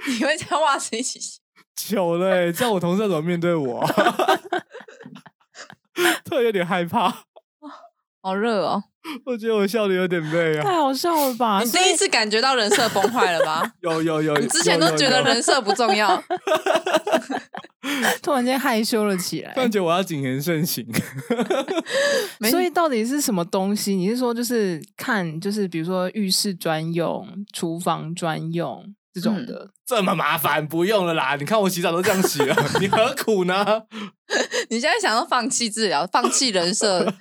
Speaker 3: 你会加袜子一起洗？
Speaker 1: 糗了、欸，这样我同事怎么面对我、 突然有点害怕，
Speaker 3: 好热哦！
Speaker 1: 我觉得我笑的有点累啊。
Speaker 2: 太好笑了吧？
Speaker 3: 你
Speaker 2: 所
Speaker 3: 第
Speaker 2: 以
Speaker 3: 一次感觉到人设崩坏了吧？
Speaker 1: 有有有，
Speaker 3: 你之前
Speaker 1: 有
Speaker 3: 都觉得，人设不重要，
Speaker 2: 突然间害羞了起
Speaker 1: 有
Speaker 2: 来
Speaker 1: 有突。然觉得我要谨言慎行。
Speaker 3: 没
Speaker 2: 所以到底是什么东西？你是说就是看，就是比如说浴室专用、厨房专用这种
Speaker 3: 嗯
Speaker 2: 的？
Speaker 1: 这么麻烦，不用了啦！你看我洗澡都这样洗 了，你何苦呢？
Speaker 3: 你现在想要放弃治疗，放弃人设？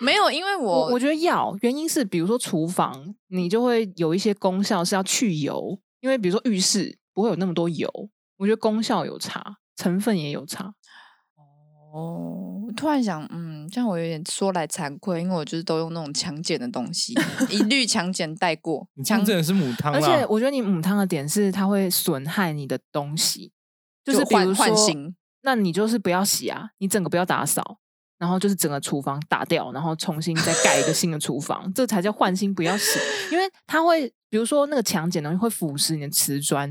Speaker 3: 没有，因为我
Speaker 2: 我我觉得要原因是，比如说厨房，你就会有一些功效是要去油，因为比如说浴室不会有那么多油，我觉得功效有差，成分也有差。
Speaker 3: 哦，我突然想，嗯，这样我有点说来惭愧，因为我就是都用那种强碱的东西，一律强碱带过
Speaker 1: 你。这
Speaker 3: 强
Speaker 1: 样真的是母汤
Speaker 2: 而且
Speaker 1: 啦！
Speaker 2: 我觉得你母汤的点是，它会损害你的东西，就
Speaker 3: 就是
Speaker 2: 比如说
Speaker 3: 换换，新，
Speaker 2: 那你就是不要洗啊，你整个不要打扫。然后就是整个厨房打掉，然后重新再盖一个新的厨房，这才叫换新，不要洗。因为它会，比如说那个强碱东西会腐蚀你的瓷砖，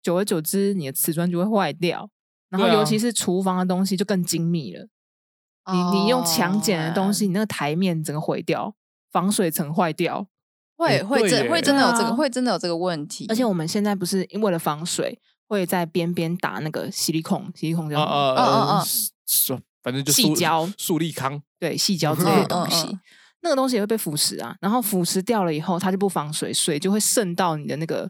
Speaker 2: 久而久之，你的瓷砖就会坏掉。然后
Speaker 1: 对啊
Speaker 2: 尤其是厨房的东西就更精密了，你你用强碱的东西，
Speaker 3: 哦
Speaker 2: 你那个台面整个毁掉，防水层坏掉。
Speaker 3: 会
Speaker 1: 哎
Speaker 3: 会
Speaker 1: 对
Speaker 3: 真
Speaker 1: 耶
Speaker 3: 会真的有这
Speaker 2: 对
Speaker 3: 个
Speaker 2: 啊
Speaker 3: 会真的有这个问题。
Speaker 2: 而且我们现在不是为了防水，会在边边打那个吸力孔，吸力孔叫
Speaker 1: 啊
Speaker 2: 什么？
Speaker 1: 啊啊
Speaker 3: 嗯嗯
Speaker 1: 啊
Speaker 3: 嗯！
Speaker 1: 是反正就
Speaker 2: 细
Speaker 1: 塑
Speaker 2: 胶
Speaker 1: 塑力康，
Speaker 2: 对，细胶之类的
Speaker 3: 嗯
Speaker 2: 东
Speaker 3: 嗯
Speaker 2: 西
Speaker 3: 嗯。
Speaker 2: 那个东西也会被腐蚀啊，然后腐蚀掉了以后，它就不防水，水就会渗到你的那个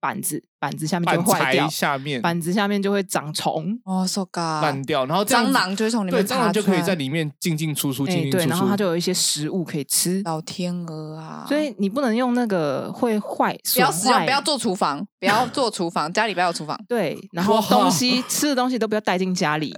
Speaker 2: 板子，板子下面就
Speaker 1: 板
Speaker 2: 会坏掉
Speaker 1: 材，下面
Speaker 2: 板子下面就会长虫，
Speaker 3: 哦，so god，
Speaker 1: 烂掉，然后这样
Speaker 3: 蟑
Speaker 1: 子
Speaker 3: 螂就会从里
Speaker 1: 对
Speaker 3: 面
Speaker 1: 蟑
Speaker 3: 爬
Speaker 1: 螂就
Speaker 3: 出
Speaker 1: 可以
Speaker 3: 来。
Speaker 1: 在里面进进出出，进
Speaker 2: 哎，
Speaker 1: 进
Speaker 2: 对，
Speaker 1: 出
Speaker 2: 然后它就
Speaker 1: 出。
Speaker 2: 有一些食物可以吃，
Speaker 3: 老天鹅啊！
Speaker 2: 所以你不能用那个会坏，
Speaker 3: 不要
Speaker 2: 损
Speaker 3: 使用，
Speaker 2: 坏
Speaker 3: 不要做厨房，不要做厨房，家里不要有厨房。
Speaker 2: 对，然后
Speaker 1: 哇
Speaker 2: 东西吃的东西都不要带进家里，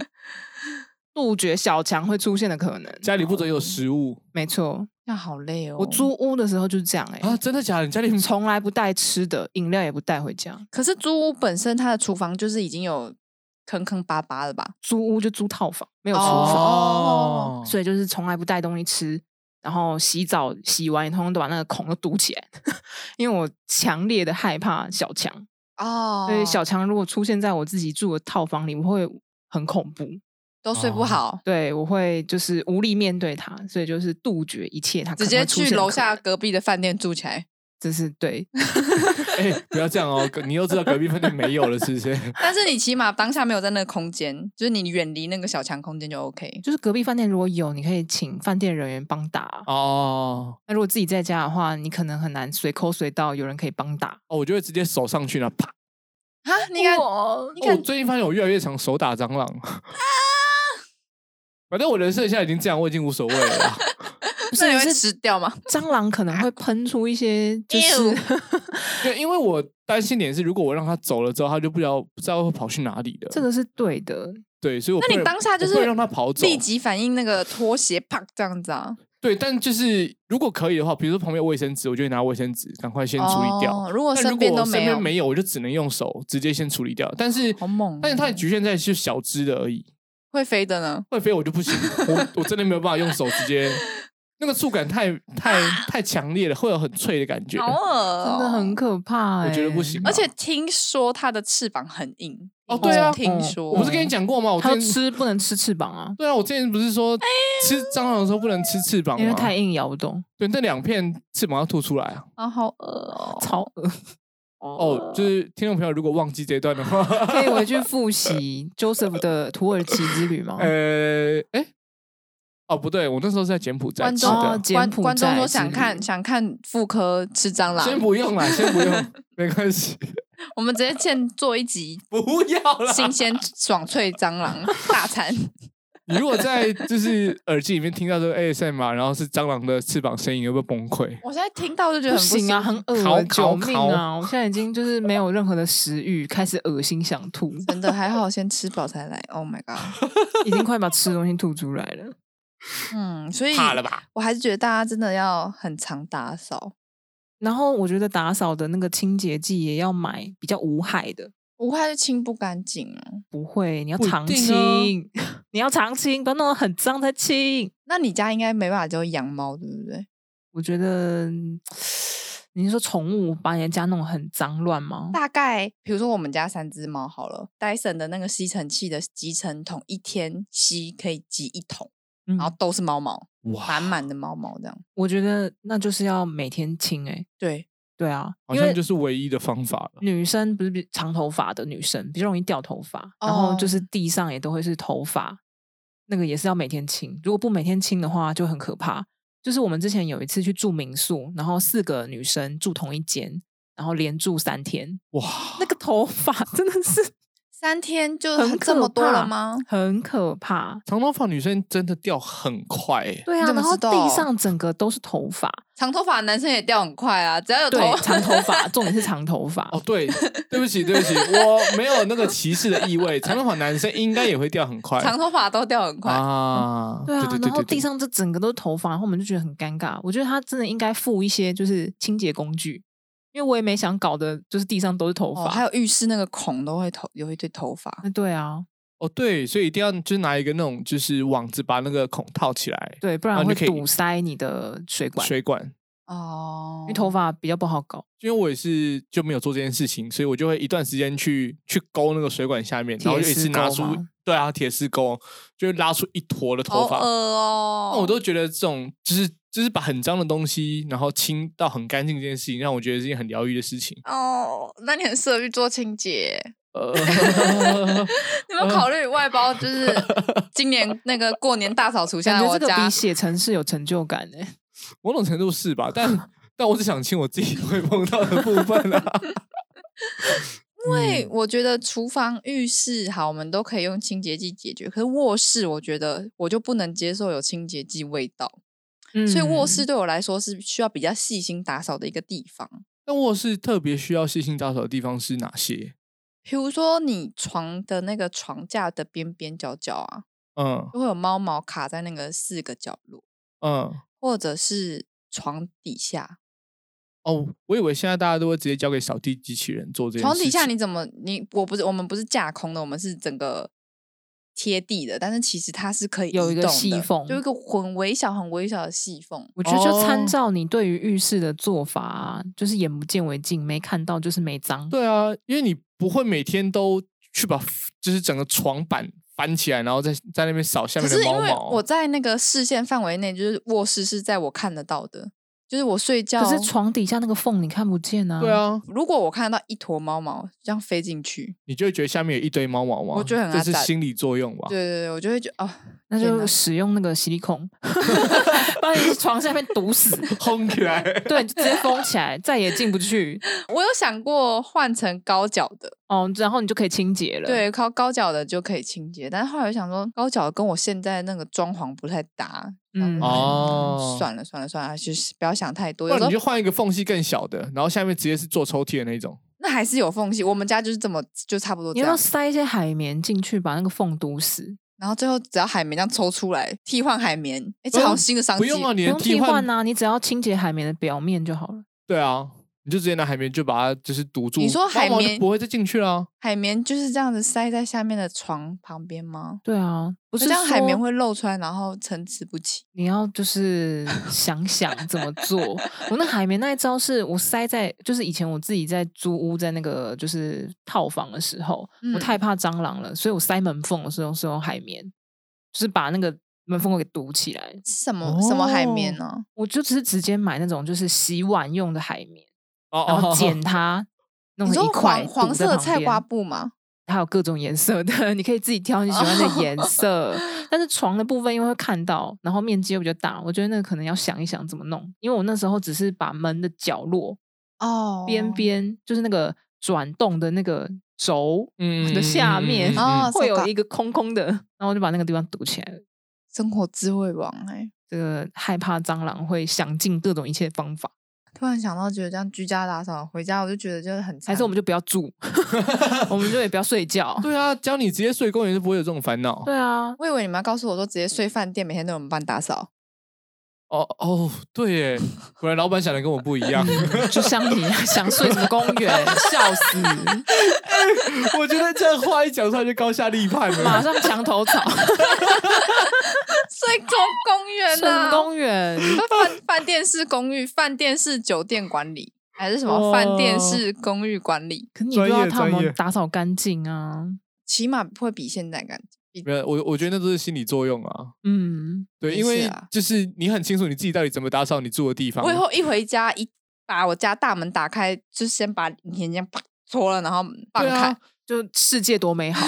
Speaker 2: 杜绝小强会出现的可能。
Speaker 1: 家里不准
Speaker 3: 哦
Speaker 1: 有食物
Speaker 2: 没错，
Speaker 3: 那好累哦。
Speaker 2: 我租屋的时候就是这样哎、
Speaker 1: 啊！真的假的？你家里
Speaker 2: 从来不带吃的，饮料也不带回家。
Speaker 3: 可是租屋本身它的厨房就是已经有坑坑巴巴了吧？
Speaker 2: 租屋就租套房，没有厨
Speaker 3: 哦
Speaker 2: 房，
Speaker 1: 哦，
Speaker 2: 所以就是从来不带东西吃。然后洗澡洗完，也通通都把那个孔都堵起来， 因为我强烈的害怕小强。
Speaker 3: 哦
Speaker 2: 所以小强如果出现在我自己住的套房里，我会很恐怖。
Speaker 3: 都睡不
Speaker 1: 哦
Speaker 3: 好，
Speaker 2: 对，我会就是无力面对他，所以就是杜绝一切他
Speaker 3: 直接去楼下，隔壁的饭店住起来。
Speaker 2: 这是对，
Speaker 1: 哎、不要这样哦！你又知道隔壁饭店没有了，是不 是？
Speaker 3: 但是你起码当下没有在那个空间，就是你远离那个小强空间就 OK。
Speaker 2: 就是隔壁饭店如果有，你可以请饭店人员帮打。
Speaker 1: 哦
Speaker 2: 那如果自己在家的话，你可能很难随口随到有人可以帮打。
Speaker 1: 哦，我就会直接手上去了，啪！
Speaker 3: 啊，你看，
Speaker 2: 我
Speaker 1: 哦
Speaker 3: 你
Speaker 1: 我
Speaker 3: 看，啊
Speaker 1: 最近发现我越来越常手打蟑螂。反正我人设现在已经这样，我已经无所谓了啦。
Speaker 2: 不
Speaker 3: 那
Speaker 2: 是
Speaker 3: 你
Speaker 2: 是
Speaker 3: 会吃掉吗？
Speaker 2: 蟑螂可能会喷出一 些就是
Speaker 3: 哎
Speaker 1: 对，因为我担心点是，如果我让它走了之后，它就不知道不知道会跑去哪里了。
Speaker 2: 这个是对的，
Speaker 1: 对，所以我
Speaker 3: 那
Speaker 1: 不
Speaker 3: 你
Speaker 1: 能
Speaker 3: 当下
Speaker 1: 我
Speaker 3: 就
Speaker 1: 不
Speaker 3: 是
Speaker 1: 能让它跑走。
Speaker 3: 立即反应那个拖鞋，啪这样子啊，
Speaker 1: 对，但就是如果可以的话，比如说旁边有卫生纸，我就会拿卫生纸赶快先处理掉。
Speaker 3: 哦如果
Speaker 1: 但如
Speaker 3: 身
Speaker 1: 果
Speaker 3: 边都
Speaker 1: 身
Speaker 3: 没有
Speaker 1: 边，没有，我就只能用手直接先处理掉。但是
Speaker 3: 好猛哦
Speaker 1: 但是它的局限在是小只的而已，
Speaker 3: 会飞的呢。
Speaker 1: 会飞我就不行，我我真的没有办法用手直接，那个触感太 太太强烈了，会有很脆的感觉。
Speaker 3: 好恶哦、
Speaker 2: 真的很可怕、
Speaker 1: 我
Speaker 2: 欸。
Speaker 1: 觉得不行
Speaker 3: 而且听说它的翅膀很硬
Speaker 1: 哦对啊
Speaker 3: 听说
Speaker 1: 我不是跟你讲过吗？我之
Speaker 2: 它要
Speaker 1: 前
Speaker 2: 吃不能吃翅膀啊，
Speaker 1: 对啊，我之前不是说
Speaker 3: 哎
Speaker 1: 吃蟑螂的时候不能吃翅膀
Speaker 2: 因为
Speaker 1: 吗？
Speaker 2: 太硬咬不动，
Speaker 1: 对，那两片翅膀要吐出来啊！
Speaker 3: 啊，好恶哦、
Speaker 2: 超 恶。
Speaker 1: 哦，就是听众朋友如果忘记这一段的话，
Speaker 2: 可以回去复习 Joseph 的土耳其之旅吗？
Speaker 1: 呃，哎，哦不对，我那时候是在柬埔寨
Speaker 3: 观
Speaker 1: 吃
Speaker 3: 众
Speaker 2: 哦
Speaker 1: 的，
Speaker 2: 柬
Speaker 3: 观
Speaker 2: 埔
Speaker 3: 观众
Speaker 2: 寨
Speaker 3: 说
Speaker 2: 之
Speaker 3: 想
Speaker 2: 旅
Speaker 3: 看想看妇科吃蟑螂，
Speaker 1: 先不用啦，先不 用，没关系，
Speaker 3: 我们直接现做一集
Speaker 1: 不要啦。
Speaker 3: 新鲜爽脆蟑螂大餐。
Speaker 1: 你如果在就是耳机里面听到这个 ASMR，然后是蟑螂的翅膀声音，你会不会崩溃？
Speaker 3: 我现在听到就觉得
Speaker 2: 不
Speaker 3: 很
Speaker 2: 行啊，
Speaker 3: 舒
Speaker 2: 很
Speaker 3: 服
Speaker 2: 恶
Speaker 1: 烤
Speaker 2: 啊救
Speaker 1: 烤
Speaker 2: 命啊！我现在已经就是没有任何的食欲，开始恶心想 吐，
Speaker 3: 真的还好，先吃饱才来。Oh my god！
Speaker 2: 已经快把吃的东西吐出来了。
Speaker 3: 嗯，所以
Speaker 1: 怕了吧？
Speaker 3: 我还是觉得大家真的要很常打扫，
Speaker 2: 然后我觉得打扫的那个清洁剂也要买比较无害的，
Speaker 3: 不怕就清不干净啊。
Speaker 2: 不会，你要
Speaker 1: 不一
Speaker 2: 常
Speaker 1: 定哦
Speaker 2: 清， 你要常清，不要弄得很脏才清。
Speaker 3: 那你家应该没办法教养猫，对不对？
Speaker 2: 我觉得 嗯你是说宠物把你的家弄得很脏乱吗？
Speaker 3: 大概比如说我们家三只猫好了，戴森的那个吸尘器的集尘桶，一天吸可以集一桶，
Speaker 2: 嗯
Speaker 3: 然后都是猫毛，满
Speaker 2: 啊
Speaker 1: 哇，
Speaker 3: 满的猫毛这样。
Speaker 2: 我觉得那就是要每天清哎、
Speaker 3: 对，
Speaker 2: 对啊，
Speaker 1: 好
Speaker 2: 因为
Speaker 1: 像就是唯一的方法了。
Speaker 2: 女生不是比长头发的女生比较容易掉头发，然后
Speaker 1: 哦
Speaker 2: 就是地上也都会是头发，那个也是要每天清。如果不每天清的话，就很可怕。就是我们之前有一次去住民宿，然后四个女生住同一间，然后连住三天，
Speaker 1: 哇，
Speaker 2: 那个头发 真的是
Speaker 3: 三天就
Speaker 2: 很
Speaker 3: 这
Speaker 2: 可
Speaker 3: 么多了
Speaker 2: 怕
Speaker 3: 吗？
Speaker 2: 很可怕。
Speaker 1: 长头发女生真的掉很快、 欸，
Speaker 2: 对
Speaker 3: 你
Speaker 2: 啊，
Speaker 3: 怎么
Speaker 2: 然后
Speaker 3: 知道
Speaker 2: 地上整个都是头发，
Speaker 3: 长头发的男生也掉很快啊，只要有头
Speaker 2: 对，长头发，重点是长头发。
Speaker 1: 哦，对，对不起，对不起，我没有那个歧视的意味。长头发男生应该也会掉很快
Speaker 3: 长头发都掉很快。
Speaker 1: 啊，
Speaker 2: 对啊，
Speaker 1: 对对
Speaker 2: 然后
Speaker 1: 对对
Speaker 2: 地上这整个都是头发，然后我们就觉得很尴尬。我觉得他真的应该附一些就是清洁工具，因为我也没想搞的，就是地上都是头
Speaker 3: 哦，
Speaker 2: 发。
Speaker 3: 还有浴室那个孔都会头有一堆头发，
Speaker 2: 那对啊，
Speaker 1: 哦，对，所以一定要就是拿一个那种就是网子把那个孔套起来，
Speaker 2: 对，不
Speaker 1: 然
Speaker 2: 然
Speaker 1: 后
Speaker 2: 会
Speaker 1: 就可以
Speaker 2: 堵塞你的水管，
Speaker 1: 水管。
Speaker 3: 哦
Speaker 2: 因为头发比较不好搞。
Speaker 1: 因为我也是就没有做这件事情，所以我就会一段时间去去勾那个水管下面，然后就
Speaker 2: 铁
Speaker 1: 一
Speaker 2: 丝
Speaker 1: 次拿
Speaker 2: 钩
Speaker 1: 出
Speaker 2: 吗
Speaker 1: 对啊铁丝钩，就会拉出一坨的头
Speaker 3: 好
Speaker 1: 发。
Speaker 3: 恶哦
Speaker 1: 那。我都觉得这种就是就是把很脏的东西，然后清到很干净这件事情，让我觉得是一件很疗愈的事情。
Speaker 3: 哦，那你很适合去做清洁。
Speaker 1: 呃，
Speaker 3: 你
Speaker 2: 嗯
Speaker 3: 有没有考虑外 包？就是今年那个过年大扫除下
Speaker 2: 感
Speaker 3: 来
Speaker 2: 觉
Speaker 3: 我
Speaker 2: 这个
Speaker 3: 家
Speaker 2: 比，写程式有成就感欸呢、
Speaker 1: 某种程度是吧？但但我只想清我自己会碰到的部分啊。
Speaker 3: 因
Speaker 2: 嗯
Speaker 3: 为我觉得厨房、浴室好，我们都可以用清洁剂解决。可是卧室，我觉得我就不能接受有清洁剂味道，
Speaker 2: 嗯
Speaker 3: 所以卧室对我来说是需要比较细心打扫的一个地方。
Speaker 1: 那卧室特别需要细心打扫的地方是哪些？
Speaker 3: 比如说你床的那个床架的边边角角啊，
Speaker 1: 嗯
Speaker 3: 就会有猫毛卡在那个四个角落，
Speaker 1: 嗯，
Speaker 3: 或者是床底下。
Speaker 1: 哦，我以为现在大家都会直接交给扫地机器人做这件
Speaker 3: 床
Speaker 1: 事
Speaker 3: 底下
Speaker 1: 情
Speaker 3: 你怎么你我不是我们不是架空的，我们是整个贴地的，但是其实它是可以
Speaker 2: 有
Speaker 3: 移
Speaker 2: 一个
Speaker 3: 动
Speaker 2: 细
Speaker 3: 的
Speaker 2: 缝
Speaker 3: 就一个很微小很微小的细缝。
Speaker 2: 我觉得就
Speaker 1: 哦
Speaker 2: 参照你对于浴室的做法啊、就是眼不见为净，没看到就是没脏。
Speaker 1: 对啊，因为你不会每天都去把就是整个床板翻起来，然后再在那边扫下
Speaker 3: 可
Speaker 1: 面
Speaker 3: 是
Speaker 1: 的
Speaker 3: 因
Speaker 1: 猫
Speaker 3: 为
Speaker 1: 毛。啊
Speaker 3: 我在那个视线范围内，就是卧室是在我看得到的，就是我睡觉。
Speaker 2: 可是床底下那个缝你看不见啊。
Speaker 1: 对，啊，
Speaker 3: 如果我看得到一坨猫毛这样飞进去，
Speaker 1: 你就会觉得下面有一堆猫毛吗？啊
Speaker 3: 我觉得很
Speaker 1: 这
Speaker 3: 阿
Speaker 1: 是
Speaker 3: 杂
Speaker 1: 心理作用吧？
Speaker 3: 对对对，我就会觉得哦，
Speaker 2: 那
Speaker 3: 天哪
Speaker 2: 就使用那个吸力 孔， 把你床下面堵死，
Speaker 1: 轰起来。
Speaker 2: 对，直接封起来，再也进不去。
Speaker 3: 我有想过换成高脚的，
Speaker 2: 哦，然后你就可以清洁了。，
Speaker 3: 对，靠高脚的就可以清洁。但是后来我想说，高脚跟我现在那个装潢不太搭，
Speaker 2: 嗯
Speaker 3: 嗯，
Speaker 1: 哦
Speaker 3: 算了算了算了，就是不要想太多。
Speaker 1: 不
Speaker 3: 有
Speaker 1: 然
Speaker 3: 时
Speaker 1: 你
Speaker 3: 候
Speaker 1: 就换一个缝隙更小的，然后下面直接是做抽屉的那种。
Speaker 3: 那还是有缝隙，我们家就是这么就差不多
Speaker 2: 你要不
Speaker 3: 这
Speaker 2: 要
Speaker 3: 样。
Speaker 2: 塞一些海绵进去，把那个缝堵死？
Speaker 3: 然后最后只要海绵这样抽出来，替换海绵，哎，这好像新的商
Speaker 1: 不
Speaker 3: 机。
Speaker 1: 用啊，你能
Speaker 2: 不用替
Speaker 1: 换
Speaker 2: 换啊，你只要清洁海绵的表面就好了。
Speaker 1: 对啊，你就直接拿海绵就把它就是堵住。
Speaker 3: 你说海
Speaker 1: 猫毛就
Speaker 3: 绵
Speaker 1: 不会再进去了？
Speaker 3: 海绵就是这样子塞在下面的床旁边吗？
Speaker 2: 对啊，不
Speaker 3: 可
Speaker 2: 是
Speaker 3: 这样海绵
Speaker 2: 说
Speaker 3: 会露出来，然后参差不齐。
Speaker 2: 你要就是想想怎么做。我那海绵那一招是我塞在，就是以前我自己在租屋，在那个就是套房的时候，
Speaker 3: 嗯
Speaker 2: 我太怕蟑螂了，所以我塞门缝的时候是用海绵，就是把那个门缝给堵起来。
Speaker 3: 是什么、什么海
Speaker 2: 哦
Speaker 3: 绵呢、
Speaker 2: 我就只是直接买那种就是洗碗用的海绵，
Speaker 1: 哦
Speaker 2: 然后剪
Speaker 1: 哦
Speaker 2: 它。弄
Speaker 3: 你
Speaker 2: 成
Speaker 3: 说
Speaker 2: 一块
Speaker 3: 黄黄
Speaker 2: 堵在
Speaker 3: 色
Speaker 2: 旁
Speaker 3: 菜
Speaker 2: 边
Speaker 3: 瓜布吗？
Speaker 2: 还有各种颜色的， 你可以自己挑你喜欢的
Speaker 3: 哦
Speaker 2: 颜色。但是床的部分因为会看到，然后面积又比较大，我觉得那个可能要想一想怎么弄。因为我那时候只是把门的角落、
Speaker 3: 哦，
Speaker 2: 边边，就是那个转动的那个轴
Speaker 1: 嗯
Speaker 2: 的下
Speaker 1: 嗯
Speaker 2: 面，
Speaker 1: 嗯嗯
Speaker 3: 嗯哦
Speaker 2: 会有
Speaker 3: ，so-ka
Speaker 2: 一个空空的，然后我就把那个地方堵起来了。
Speaker 3: 生活智慧王哎、
Speaker 2: 这个害怕蟑螂会想尽各种一切方法，
Speaker 3: 突然想到，觉得这样居家打扫回家，我就觉得就是很
Speaker 2: 还
Speaker 3: 惨。
Speaker 2: 是我们就不要住， 我们就也不要睡觉。
Speaker 1: 对啊，教你直接睡公园就不会有这种烦恼。
Speaker 2: 对啊，
Speaker 3: 我以为你们要告诉我说，直接睡饭店，每天都有人帮你打 扫。
Speaker 1: 哦哦，对耶， 果然老板想的跟我不一样。
Speaker 2: 嗯就像你啊想睡什么公园，笑死！
Speaker 1: 我觉得这话一讲出来就高下立判了。
Speaker 2: 马上墙头草，
Speaker 3: 睡公公园
Speaker 2: 什么
Speaker 3: 啊，
Speaker 2: 公园？
Speaker 3: 饭饭店式公寓、饭店式酒店管理，还是什么
Speaker 1: 哦
Speaker 3: 饭店式公寓管理，
Speaker 2: 可你不知道他
Speaker 1: 专业
Speaker 2: 们打扫干净啊。
Speaker 3: 起码会比现在干净。比
Speaker 1: 没有，我我觉得那都是心理作用啊。
Speaker 2: 嗯，
Speaker 1: 对，
Speaker 3: 也
Speaker 1: 因
Speaker 3: 是
Speaker 1: 为
Speaker 3: 啊
Speaker 1: 就是你很清楚你自己到底怎么打扫你住的地方。
Speaker 3: 我以后一回家，一把我家大门打开，就先把眼睛啪戳了，然后放
Speaker 1: 对
Speaker 3: 开。
Speaker 1: 啊，
Speaker 2: 就世界多美好。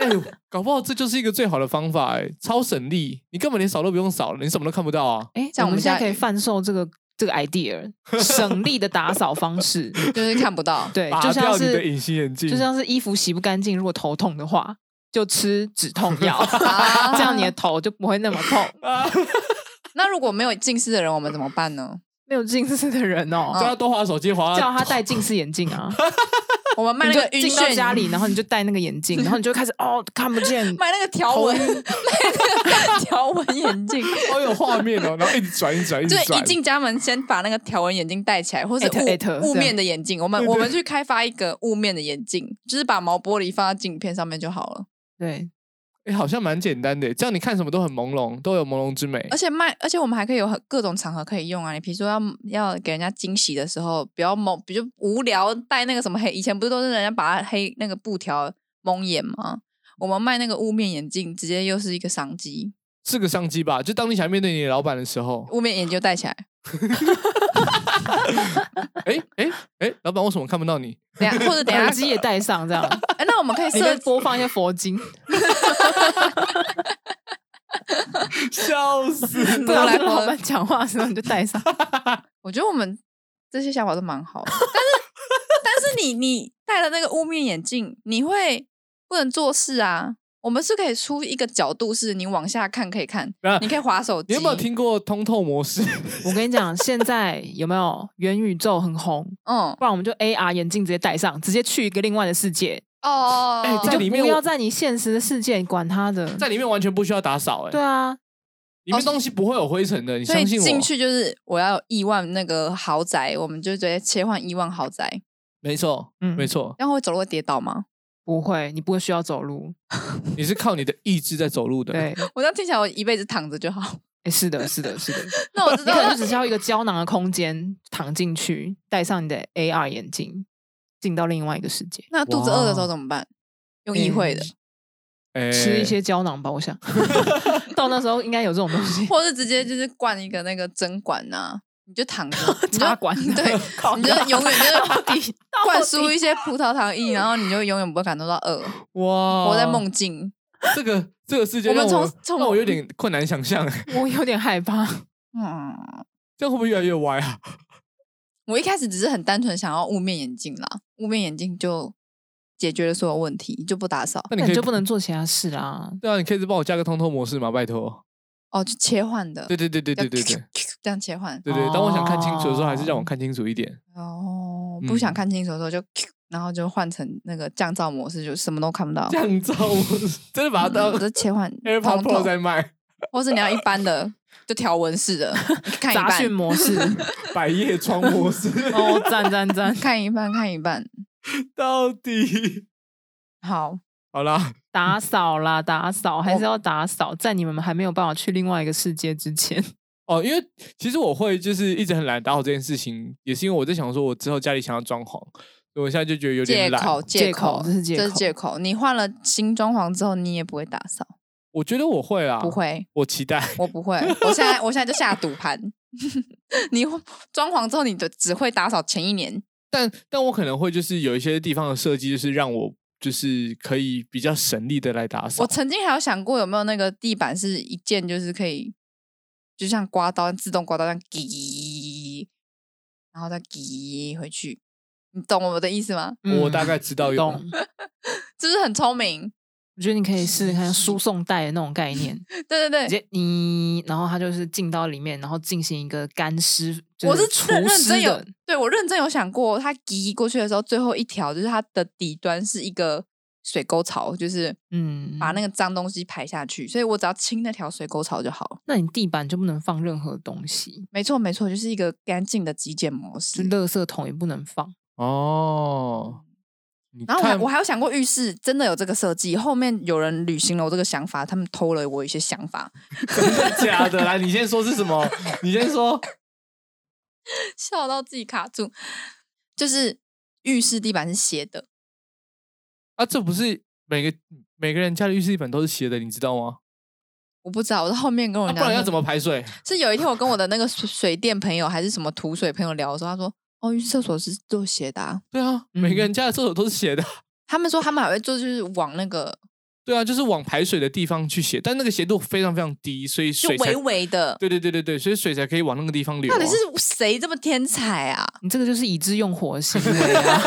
Speaker 1: 哎呦，搞不好这就是一个最好的方法、哎，超省力，你根本连扫都不用扫了，你什么都看不到啊。
Speaker 2: 哎，
Speaker 3: 像
Speaker 2: 我
Speaker 3: 我们
Speaker 2: 们现
Speaker 3: 家
Speaker 2: 在可以贩售这个这 个 idea，省力的打扫方式。，
Speaker 3: 就是看不到
Speaker 2: 对，
Speaker 1: 拔
Speaker 2: 就
Speaker 1: 掉
Speaker 2: 像
Speaker 1: 你的
Speaker 2: 是
Speaker 1: 隐形眼镜，
Speaker 2: 就像是衣服洗不干净，如果头痛的话，就吃止痛 药，
Speaker 3: 啊
Speaker 2: 这样你的头就不会那么痛。
Speaker 1: 啊，
Speaker 3: 那如果没有近视的人，我们怎么办 呢？
Speaker 2: 没有近视的人
Speaker 1: 叫
Speaker 2: 哦，
Speaker 1: 他多滑手机，滑到
Speaker 2: 叫他戴近视眼镜啊。
Speaker 3: 我啊 们卖
Speaker 2: 你
Speaker 3: 那
Speaker 2: 就
Speaker 3: 个晕
Speaker 2: 进到
Speaker 3: 眩
Speaker 2: 家里，然后你就戴那个眼镜，然后你就开始哦看不 见，
Speaker 3: 买那个条纹，买 那个条纹眼镜。
Speaker 1: 好有画面哦，然后一直转，一直转，一直
Speaker 3: 就
Speaker 1: 转
Speaker 3: 一。进家门，先把那个条纹眼镜戴起来，或是
Speaker 2: At-
Speaker 3: 雾
Speaker 2: at，这样
Speaker 3: 雾面的眼镜。我们
Speaker 1: 对对
Speaker 3: 我们去开发一个雾面的眼镜，就是把毛玻璃放到镜片上面就好了。
Speaker 2: 对，
Speaker 1: 哎、好像蛮简单的，这样你看什么都很朦胧，都有朦胧之美。
Speaker 3: 而且卖，而且我们还可以有很各种场合可以用啊。你比如说要要给人家惊喜的时候，不要蒙，比如无聊戴那个什么黑，以前不是都是人家把它黑那个布条蒙眼吗？我们卖那个雾面眼镜，直接又是一个商机。
Speaker 1: 是个商机吧？就当你想面对你的老板的时候，
Speaker 3: 雾面眼镜就戴起来，
Speaker 1: 哎哎哎，老板为什么看不到你？
Speaker 3: 等一下或者等一
Speaker 2: 耳
Speaker 3: 下
Speaker 2: 机也戴上，这样
Speaker 3: 哎，那我们可以
Speaker 2: 里面
Speaker 3: 设
Speaker 2: 播放一些佛 经，
Speaker 1: 笑死！
Speaker 2: 不然
Speaker 3: 来
Speaker 2: 跟老
Speaker 3: 佛
Speaker 2: 板讲话的时候你就戴上。
Speaker 3: 我觉得我们这些想法都蛮好 的，但是但是你你戴了那个雾面眼镜，你会不能做事啊。我们是可以出一个角度，是你往下看可以看
Speaker 1: 啊，
Speaker 3: 你可以划手机。
Speaker 1: 你有没有？听过通透模式？
Speaker 2: 我跟你讲，现在有没有元宇宙很红？
Speaker 3: 嗯，
Speaker 2: 不然我们就 AR 眼镜直接戴上，直接去一个另外的世界，
Speaker 3: 哦，
Speaker 1: 哎在里
Speaker 2: 你就
Speaker 1: 面
Speaker 2: 不
Speaker 1: 我
Speaker 2: 要在你现实的世界管他的。
Speaker 1: 在里面完全不需要打扫、哎，
Speaker 2: 对啊，
Speaker 1: 里面东西不会有灰尘的，你
Speaker 3: 所以
Speaker 1: 相信我。
Speaker 3: 进去就是我要有亿万那个豪宅，我们就直接切换亿万豪宅。
Speaker 1: 没错，
Speaker 2: 嗯
Speaker 1: 没错，
Speaker 3: 然后会走路会跌倒吗？
Speaker 2: 不会，你不会需要走路。
Speaker 1: 你是靠你的意志在走路的。
Speaker 2: 对，
Speaker 3: 我这样听起来，我一辈子躺着就好。
Speaker 2: 哎，是的，是的，是 的。
Speaker 3: 那我知
Speaker 2: 你
Speaker 3: 道
Speaker 2: 可能
Speaker 3: 了
Speaker 2: 就只需要一个胶囊的空间，躺进去，戴上你的 AR 眼镜，进到另外一个世界，
Speaker 3: 那肚子饿的时候怎么办？用议会的，
Speaker 1: 哎，
Speaker 2: 吃一些胶囊吧。我想， 到那时候应该有这种东西。
Speaker 3: 或是直接就是灌一个那个针管呐、你 就躺着你就
Speaker 2: 插管
Speaker 3: 对，你就永远就是
Speaker 2: 到底
Speaker 3: 灌输一些葡萄糖液，然后你就永远不会感受到饿，
Speaker 1: 哇，
Speaker 3: 活在梦境。
Speaker 1: 这个这个世界
Speaker 3: 我
Speaker 1: 让
Speaker 3: 们
Speaker 1: 我，
Speaker 3: 从从
Speaker 1: 让我有点困难想象，哎
Speaker 2: 我有点害怕。
Speaker 3: 嗯，
Speaker 1: 这样会不会越来越歪啊？
Speaker 3: 我一开始只是很单纯想要雾面眼镜啦，雾面眼镜就解决了所有问题，就不打扫
Speaker 1: 那你可
Speaker 2: 那你
Speaker 1: 以
Speaker 2: 就不能做其他事啦。
Speaker 1: 对啊，你可以帮我加个通透模式嘛，拜托。
Speaker 3: 哦，就切换的，
Speaker 1: 对对对对对对对
Speaker 3: 这样切换。
Speaker 1: 对对，当我想看清楚的时候，还是让我
Speaker 2: 哦
Speaker 1: 看清楚一 点。
Speaker 3: 哦，
Speaker 1: 嗯
Speaker 3: 不想看清楚的时候就，然后就换成那个降噪模式，就什么都看不到。
Speaker 1: 降噪模式， 真的把它
Speaker 3: 哦嗯
Speaker 1: 当
Speaker 3: 我就切换
Speaker 1: AirPod
Speaker 3: 通透
Speaker 1: Pro 在卖，
Speaker 3: 或是你要一般的，就条纹 式的，看一
Speaker 2: 杂讯
Speaker 3: 半，
Speaker 2: 模 式，
Speaker 1: 百叶窗模式，
Speaker 2: 哦，赞赞赞，
Speaker 3: 看一半，看一半。
Speaker 1: 到底
Speaker 3: 好，
Speaker 1: 好啦，
Speaker 2: 打扫啦，打
Speaker 3: 哦
Speaker 2: 扫还是要打扫，在你们还没有办法去另外一个世界之 前，
Speaker 1: 哦，因为其实我会就是一直很懒打扫这件事情，也是因为我在想说，我之后家里想要装潢，所以我现在就觉得有
Speaker 3: 借
Speaker 1: 点懒。
Speaker 3: 口，
Speaker 2: 借口
Speaker 3: 口，
Speaker 2: 这是借
Speaker 3: 这是
Speaker 2: 口
Speaker 3: 借口。你换了新装潢之后，你也不会打扫，
Speaker 1: 我觉得我会啦，
Speaker 3: 不，会，
Speaker 1: 我期待。
Speaker 3: 我不会。我现在，我现在就下赌盘。 你装潢之后，你就只会打扫前一年。
Speaker 1: 但但我可能会就是有一些地方的设计，就是让我就是可以比较省力的来打扫
Speaker 3: 我。曾经还有想过，有没有那个地板是一键就是可以，就像刮刀自动刮刀这样，滴，然后再滴回去。你懂我的意思吗？
Speaker 1: 我
Speaker 2: 嗯
Speaker 1: 大概知道有
Speaker 2: 懂。
Speaker 3: 是不是很聪明？
Speaker 2: 我觉得你可以试试看输送带的那种概念，
Speaker 3: 对对
Speaker 2: 直
Speaker 3: 对，
Speaker 2: 接你，然后它就是进到里面，然后进行一个干湿，就
Speaker 3: 我是
Speaker 2: 除
Speaker 3: 认认真
Speaker 2: 湿
Speaker 3: 有
Speaker 2: 的，，
Speaker 3: 对我认真有想过，它滴过去的时候，最后一条就是它的底端是一个水沟槽，就是
Speaker 2: 嗯，
Speaker 3: 把那个脏东西排下去，所以我只要清那条水沟槽就好了。
Speaker 2: 那你地板就不能放任何东西，
Speaker 3: 没错没错，就是一个干净的极简模
Speaker 2: 就
Speaker 3: 式。
Speaker 2: 垃圾桶也不能放，
Speaker 1: 哦。你
Speaker 3: 然后我还
Speaker 1: 看
Speaker 3: 我还有想过浴室真的有这个设计，后面有人履行了我这个想法，他们偷了我一些想法，
Speaker 1: 真的 假的啦？你先说是什么？你先说。
Speaker 3: 笑到自己卡住。就是浴室地板是斜的，
Speaker 1: 啊，这不是每个每个人家的浴室地板都是斜的，你知道吗？
Speaker 3: 我不知道，我在哦后面跟我
Speaker 1: 啊、
Speaker 3: 讲，
Speaker 1: 不然要怎么排水？
Speaker 3: 是有一天我跟我的那个水水电朋友还是什么土水朋友聊的时候，他说：“哦，浴室厕所是做斜的、啊。
Speaker 1: 对啊，每个
Speaker 2: 嗯
Speaker 1: 人家的厕所都是斜的。”
Speaker 3: 他们说他们还会做，就是往那个
Speaker 1: 对啊，就是往排水的地方去斜，但那个斜度非常非常低，所以
Speaker 3: 就
Speaker 1: 水才
Speaker 3: 微微的。
Speaker 1: 对对对对对，所以水才可以往那个地方流、啊。
Speaker 3: 到底是谁这么天才啊？
Speaker 2: 你这个就是已知用火的行为啊，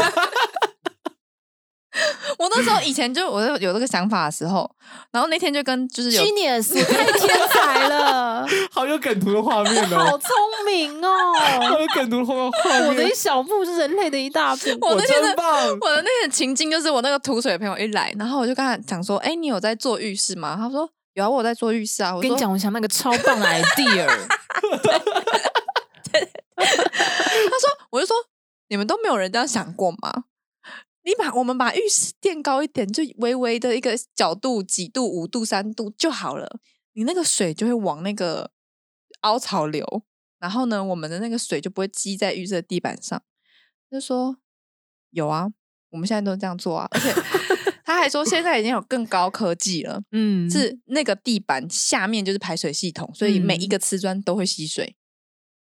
Speaker 3: 我那时候以前就我有这个想法的时候，然后那天就跟就是有
Speaker 2: Genius，我太天才 了，
Speaker 1: 好有梗图的画面
Speaker 2: 好
Speaker 1: 哦，
Speaker 2: 聪明哦！
Speaker 1: 好有梗图的画画面。
Speaker 2: 我的一小步是人类的一大步。
Speaker 3: 我那天
Speaker 1: 真
Speaker 3: 的
Speaker 1: 棒，
Speaker 3: 我的那个情境就是我那个土水朋友一来，然后我就跟他讲说：“哎、你有在做浴室吗？”他说：“有啊，我有在做浴室啊。”我
Speaker 2: 跟
Speaker 3: 说
Speaker 2: 你讲，我想那个超棒的 idea，：“
Speaker 3: 我就说你们都没有人这样想过吗？你把我们把浴室垫高一点，就微微的一个角度几度、五度、三度就好了，你那个水就会往那个凹槽流，然后呢，我们的那个水就不会积在浴室的地板上。”就说有啊，我们现在都这样做啊，而且他还说现在已经有更高科技了。
Speaker 2: 嗯，
Speaker 3: 是那个地板下面就是排水系统，所以每一
Speaker 2: 嗯
Speaker 3: 个瓷砖都会吸水。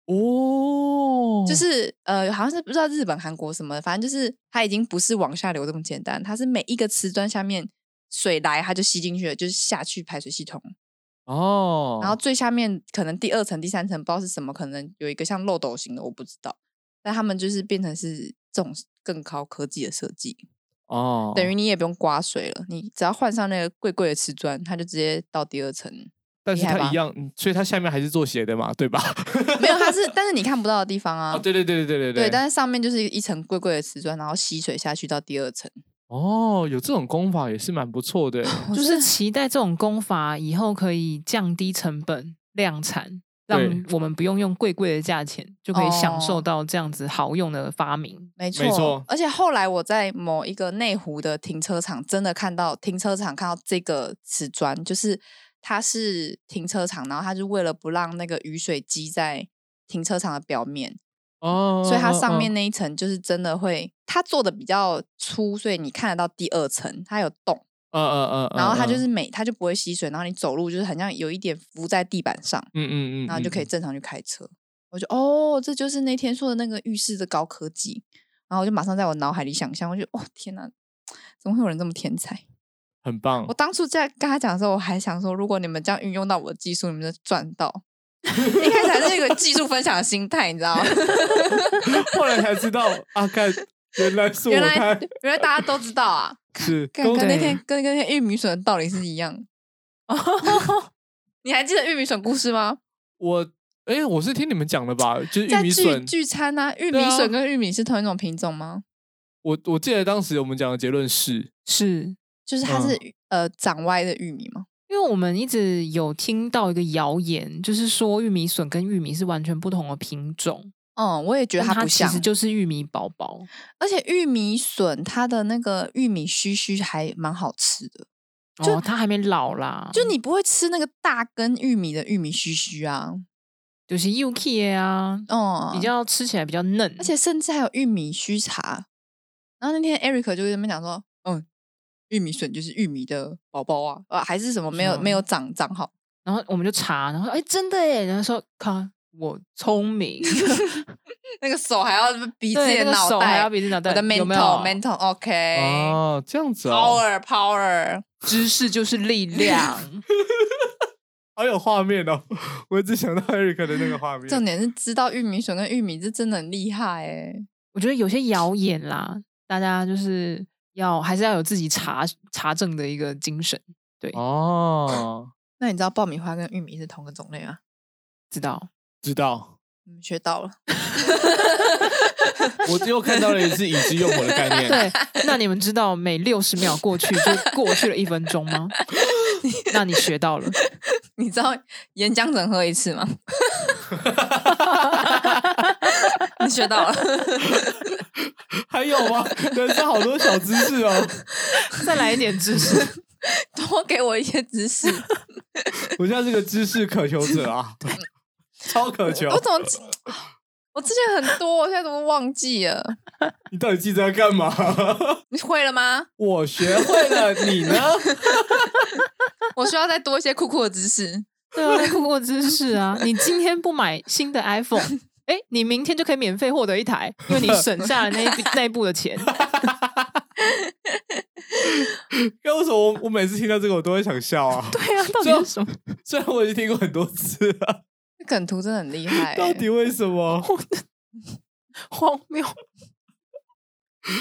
Speaker 1: 哦，
Speaker 3: 就是呃，好像是不知道日本、韩国什么的，反正就是它已经不是往下流这么简单，它是每一个瓷砖下面水来它就吸进去了，就是下去排水系统。
Speaker 1: 哦，
Speaker 3: 然后最下面可能第二层、第三层不知道是什么，可能有一个像漏斗型的，我不知道。但他们就是变成是这种更高科技的设计，
Speaker 1: 哦，
Speaker 3: 等于你也不用刮水了，你只要换上那个贵贵的瓷砖，它就直接到第二层。
Speaker 1: 但是
Speaker 3: 厉害
Speaker 1: 它
Speaker 3: 吧
Speaker 1: 一样，嗯所以它下面还是做斜的嘛，对吧？
Speaker 3: 没有，它是但是你看不到的地方啊。
Speaker 1: 哦，对对对对对
Speaker 3: 对，
Speaker 1: 对
Speaker 3: 但是上面就是一层贵贵的瓷砖，然后吸水下去到第二层。
Speaker 1: 哦，有这种功法也是蛮不错 的欸。
Speaker 2: 就是期待这种功法以后可以降低成本、量产，让
Speaker 1: 对
Speaker 2: 我们不用用贵贵的价钱就可以享受
Speaker 3: 哦
Speaker 2: 到这样子好用的发明。
Speaker 3: 没错，
Speaker 1: 错
Speaker 3: 而且后来我在某一个内湖的停车场，真的看到停车场看到这个瓷砖，就是它是停车场，然后它是为了不让那个雨水积在停车场的表面，
Speaker 1: 哦，
Speaker 3: 所以它
Speaker 1: 嗯
Speaker 3: 上面
Speaker 1: 嗯
Speaker 3: 那一层就是真的会，它做的比较粗，所以你看得到第二层，它有洞，
Speaker 1: 嗯嗯嗯嗯，
Speaker 3: 然后它就
Speaker 1: 嗯
Speaker 3: 是每它就不会吸水，然后你走路就是很像有一点浮在地板上，
Speaker 1: 嗯嗯嗯，
Speaker 3: 然后就可以
Speaker 1: 嗯
Speaker 3: 正常去开车。我就哦，这就是那天说的那个浴室的高科技，然后我就马上在我脑海里想象，我就哦天哪，怎么会有人这么天才？
Speaker 1: 很棒
Speaker 3: 我。当初在跟他讲的时候，我还想说，如果你们这样运用到我的技术，你们就赚到。一开始还是一个技术分享的心态，你知道吗？
Speaker 1: 后来才知道啊，看原来是我
Speaker 3: 原来
Speaker 1: 看
Speaker 3: 原来大家都知道啊，
Speaker 1: 是
Speaker 3: 跟
Speaker 1: 公
Speaker 3: 跟
Speaker 2: 对
Speaker 3: 那天跟跟那天玉米笋的 道理是一样。你还记得玉米笋故事吗？
Speaker 1: 我哎，我是听你们讲的吧？就是玉
Speaker 3: 在
Speaker 1: 米
Speaker 3: 聚
Speaker 1: 笋，
Speaker 3: 聚餐啊，玉
Speaker 1: 对
Speaker 3: 米
Speaker 1: 啊
Speaker 3: 笋跟玉米是同一种品种吗？
Speaker 1: 我我记得当时我们讲的结论是，
Speaker 2: 是
Speaker 3: 就是它是
Speaker 1: 嗯
Speaker 3: 玉呃长歪的玉米吗？
Speaker 2: 因为我们一直有听到一个谣言，就是说玉米笋跟玉米是完全不同的品种，
Speaker 3: 嗯，我也觉得
Speaker 2: 但
Speaker 3: 它不
Speaker 2: 其
Speaker 3: 像，
Speaker 2: 实就是玉米宝宝。
Speaker 3: 而且玉米笋它的那个玉米须须还蛮好吃的，就
Speaker 2: 哦，它还没老啦，
Speaker 3: 就你不会吃那个大根玉米的玉米须须啊，
Speaker 2: 就是 UK 啊，
Speaker 3: 嗯，
Speaker 2: 比，较吃起来比较嫩，
Speaker 3: 而且甚至还有玉米须茶。然后那天 Eric 就在那边讲说，嗯，玉米笋就是玉米的宝宝啊，呃，还是什么没有
Speaker 2: 是吗
Speaker 3: 没有长长好，
Speaker 2: 然后我们就查，然后说哎真的哎，然后说看我聪 明，
Speaker 3: 那个手还要比自己
Speaker 2: 对，那
Speaker 3: 的
Speaker 2: 个
Speaker 3: 脑
Speaker 2: 手还
Speaker 3: 袋，
Speaker 2: 要比自己脑袋
Speaker 3: 我的
Speaker 2: 有没
Speaker 3: mental
Speaker 2: 有
Speaker 3: mental OK、
Speaker 1: 哦，这样子哦，
Speaker 3: power power，
Speaker 2: 知识就是力 量。
Speaker 1: 好有画面哦，我一直想到 Eric 的那个画面。
Speaker 3: 重点是知道玉米笋跟玉米这真的很厉害哎、
Speaker 2: 我觉得有些谣言啦，大家就是要还是要有自己查查证的一个精神，
Speaker 1: 哦，
Speaker 3: 那你知道爆米花跟玉米是同个种类吗？
Speaker 2: 知 道？
Speaker 1: 知道，
Speaker 3: 你们学到了，
Speaker 1: 我又看到了一次已知用火的概念。
Speaker 2: 对，那你们知道每六十秒过去就过去了一分钟 吗？那你学到了，
Speaker 3: 你知道岩浆整喝一次吗？ 你学到了，
Speaker 1: 还有吗？人生好多小知识哦，
Speaker 2: 再来一点知识。
Speaker 3: 多给我一些知识。
Speaker 1: 我现在是个知识渴求者啊，超渴求
Speaker 3: 我。怎 么记？我之前很多，我现在怎么忘记了？
Speaker 1: 你到底记得要干嘛？
Speaker 3: 你会了吗？
Speaker 1: 我学会了，你呢？
Speaker 3: 我需要再多一些酷酷的知识。
Speaker 2: 对啊，通过知识啊，你今天不买新的 iPhone。哎，你明天就可以免费获得一台，因为你省下了那一 笔那一步的钱。
Speaker 1: 要为什么我我每次听到这个我都会想笑啊？
Speaker 2: 对啊，到底是什么？
Speaker 1: 虽然我已经听过很多次了，
Speaker 3: 那梗图真的很厉害、欸
Speaker 1: 到底为什么？
Speaker 2: 荒谬！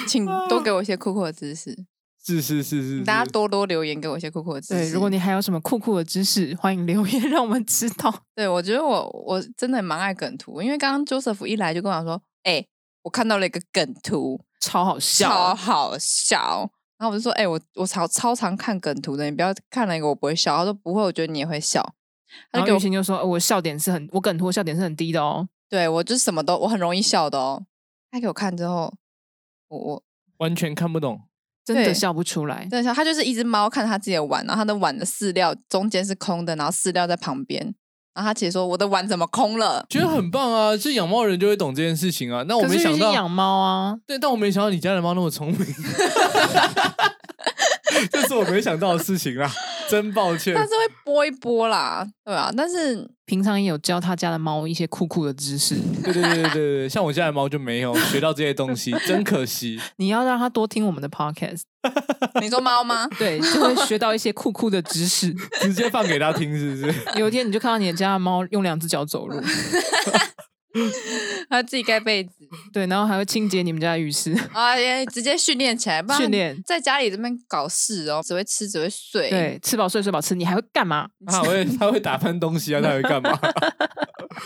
Speaker 3: 请多给我一些酷酷的知识，
Speaker 1: 是是是是，是
Speaker 3: 大家多多留言给我一些酷酷的知识。
Speaker 2: 对，如果你还有什么酷酷的知识，欢迎留言让我们知道。
Speaker 3: 对，我觉得我我真的蛮爱梗图，因为刚刚 Joseph 一来就跟我讲说，哎、我看到了一个梗图，
Speaker 2: 超好笑，哦
Speaker 3: 超好笑。然后我就说，哎、我我超超常看梗图的，你不要看了一个我不会笑。他说不会，我觉得你也会笑。他
Speaker 2: 然
Speaker 3: 就给
Speaker 2: 后玉
Speaker 3: 我，
Speaker 2: 琴就说：“呃我笑点是很，我梗图笑点是很低的哦。
Speaker 3: 对我就是什么都我很容易笑的哦。他给我看之后，我我
Speaker 1: 完全看不懂。”
Speaker 2: 真的
Speaker 3: 对
Speaker 2: 笑不出来，
Speaker 3: 真的笑，他就是一只猫看着他自己的碗，然后他的碗的饲料中间是空的，然后饲料在旁边，然后他姐说我的碗怎么空了？
Speaker 1: 觉得很棒啊！就养猫人就会懂这件事情啊。那我
Speaker 2: 可
Speaker 1: 没
Speaker 2: 是玉
Speaker 1: 想
Speaker 2: 琴养
Speaker 1: 到，
Speaker 2: 猫啊，
Speaker 1: 对，但我没想到你家的猫那么聪明，这是我没想到的事情啊！真抱歉
Speaker 3: 但。是会拨一拨啦，对啊，但是
Speaker 2: 平常也有教他家的猫一些酷酷的知识。
Speaker 1: 对对对对对对，像我家的猫就没有学到这些东西，真可惜。
Speaker 2: 你要让他多听我们的 podcast，
Speaker 3: 你说猫吗？
Speaker 2: 对，就会学到一些酷酷的知识。
Speaker 1: 直接放给他听是不是？
Speaker 2: 有一天你就看到你的家的猫用两只脚走路，
Speaker 3: 它自己盖被子
Speaker 2: 对，然后还会清洁你们家的浴室，
Speaker 3: 啊，也直接训练起来，不然
Speaker 2: 训练
Speaker 3: 在家里这边搞事哦，只会吃只会睡。，
Speaker 2: 对，吃饱睡，睡饱吃，你还会干嘛？
Speaker 1: 他会他会打翻东西啊，他会干嘛？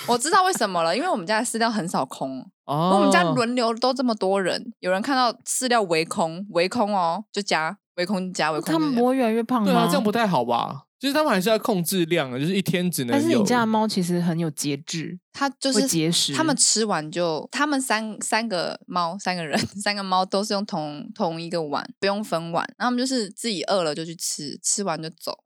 Speaker 3: 我知道为什么了，因为我们家的饲料很少空，我
Speaker 1: 哦，
Speaker 3: 们家轮流都这么多人，有人看到饲料围空，围空哦，就加围空加围空
Speaker 2: 他
Speaker 3: 就加。
Speaker 2: 们不会越来越胖吗？
Speaker 1: 对啊，这样不太好吧？就是他们还是要控制量的，就是一天只能
Speaker 2: 但
Speaker 1: 有。
Speaker 2: 是你家的猫其实很有节制，
Speaker 3: 它就
Speaker 2: 会节食
Speaker 3: 是他们吃完就，他们三三个猫，三个人， 三个猫都是用同同一个碗，不用分碗，然后他们就是自己饿了就去吃，吃完就走，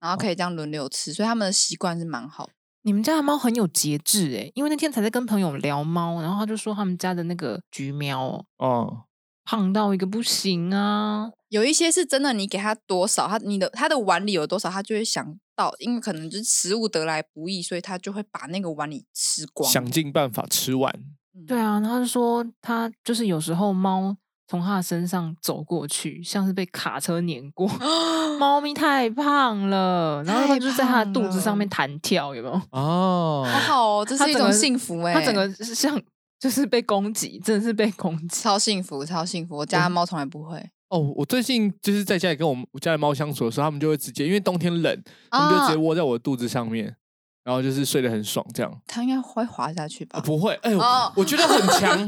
Speaker 3: 然后可以这样轮流吃，所以他们的习惯是蛮好的。
Speaker 2: 你们家的猫很有节制诶、因为那天才在跟朋友聊猫，然后他就说他们家的那个橘喵哦，
Speaker 1: 哦，
Speaker 2: 胖到一个不行啊！
Speaker 3: 有一些是真的，你给它多少，它你的它的碗里有多少，它就会想到，因为可能就是食物得来不易，所以它就会把那个碗里吃光。
Speaker 1: 想尽办法吃完。
Speaker 3: 嗯
Speaker 2: 对啊，然 后他就说他就是有时候猫从他的身上走过去，像是被卡车碾过。猫咪太胖了，然后它
Speaker 3: 太
Speaker 2: 就是在它的
Speaker 3: 胖
Speaker 2: 肚子上面
Speaker 3: 了
Speaker 2: 弹跳，有没有？
Speaker 1: 哦，
Speaker 3: 好好哦，这
Speaker 2: 它
Speaker 3: 是一
Speaker 2: 整
Speaker 3: 种
Speaker 2: 个
Speaker 3: 幸福哎、
Speaker 2: 它整个是像 就是被攻击，真的是被攻 击。
Speaker 3: 超幸福，超幸福。我家的猫从来不会，
Speaker 1: 哦，我最近就是在家里跟我们我家的猫相处的时候，它们就会直接，因为冬天冷，
Speaker 3: 哦
Speaker 1: 它们就
Speaker 3: 啊
Speaker 1: 直接窝在我的肚子上面，然后就是睡得很爽，这样、
Speaker 3: 它应该会滑下去吧？
Speaker 1: 啊不会，哎、呦，
Speaker 3: 哦
Speaker 1: 我觉得很强，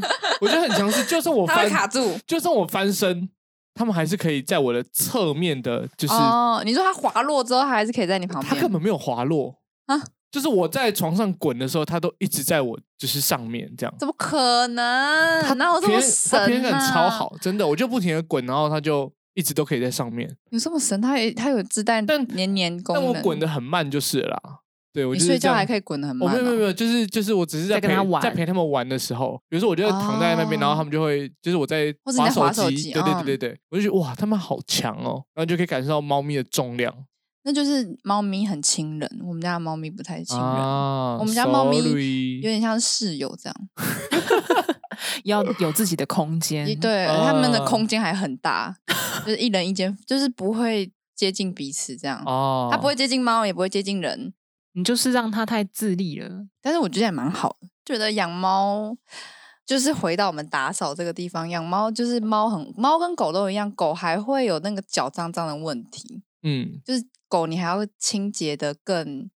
Speaker 1: 我觉得很强是，就算我
Speaker 3: 它会
Speaker 1: 翻，
Speaker 3: 卡住。
Speaker 1: 就算我翻身，它们还是可以在我的侧面的，就是、
Speaker 3: 哦，你说它滑落之后，它还是可以在你旁
Speaker 1: 它
Speaker 3: 边
Speaker 1: 根。本没有滑落
Speaker 3: 啊
Speaker 1: 就是我在床上滚的时候，它都一直在我就是上面这样。
Speaker 3: 怎么可能？哪有哦这
Speaker 1: 平衡
Speaker 3: 么
Speaker 1: 它平
Speaker 3: 神
Speaker 1: 衡感
Speaker 3: 啊？
Speaker 1: 超，好，真的，我就不停的滚，然后它就一直都可以在上面。
Speaker 3: 有这么神？它也它有自带
Speaker 1: 但
Speaker 3: 黏黏功
Speaker 1: 但
Speaker 3: 能。
Speaker 1: 我滚的很慢就是了啦。对，我
Speaker 3: 你
Speaker 1: 就是
Speaker 3: 睡
Speaker 1: 这
Speaker 3: 觉
Speaker 1: 样
Speaker 3: 还可以滚得很
Speaker 1: 我
Speaker 3: 慢、
Speaker 1: 没有没有没
Speaker 3: 哦。
Speaker 1: 有，就是就是我只是在
Speaker 2: 在跟
Speaker 1: 陪
Speaker 2: 他玩
Speaker 1: 在陪他们玩的时候，比如说我就会躺在那边，然后他们就会就是我在
Speaker 3: 哦或者你在
Speaker 1: 手
Speaker 3: 滑手机
Speaker 1: 对对
Speaker 3: 嗯
Speaker 1: 对对对，我就觉得哇，他们好强哦，然后就可以感受到猫咪的重量
Speaker 3: 那就是猫咪很亲人，我们家的猫咪不太亲人，
Speaker 1: 啊
Speaker 3: 我们家猫咪
Speaker 1: sorry
Speaker 3: 有点像室友这样。
Speaker 2: 要有自己的空间。
Speaker 3: 一对，他们
Speaker 2: 哦
Speaker 3: 的
Speaker 1: 啊
Speaker 3: 空间还很大，就是一人一间，就是不会接近彼此这样。
Speaker 1: 哦，
Speaker 3: 它不会接近猫，也不会接近人，
Speaker 2: 你就是让它太自立了。
Speaker 3: 但是我觉得也蛮好的。觉得养猫就是回到我们打扫这个地方，养猫就是猫很猫跟狗都一样，狗还会有那个脚脏脏的问题，
Speaker 1: 嗯
Speaker 3: 就是狗你还要清洁的更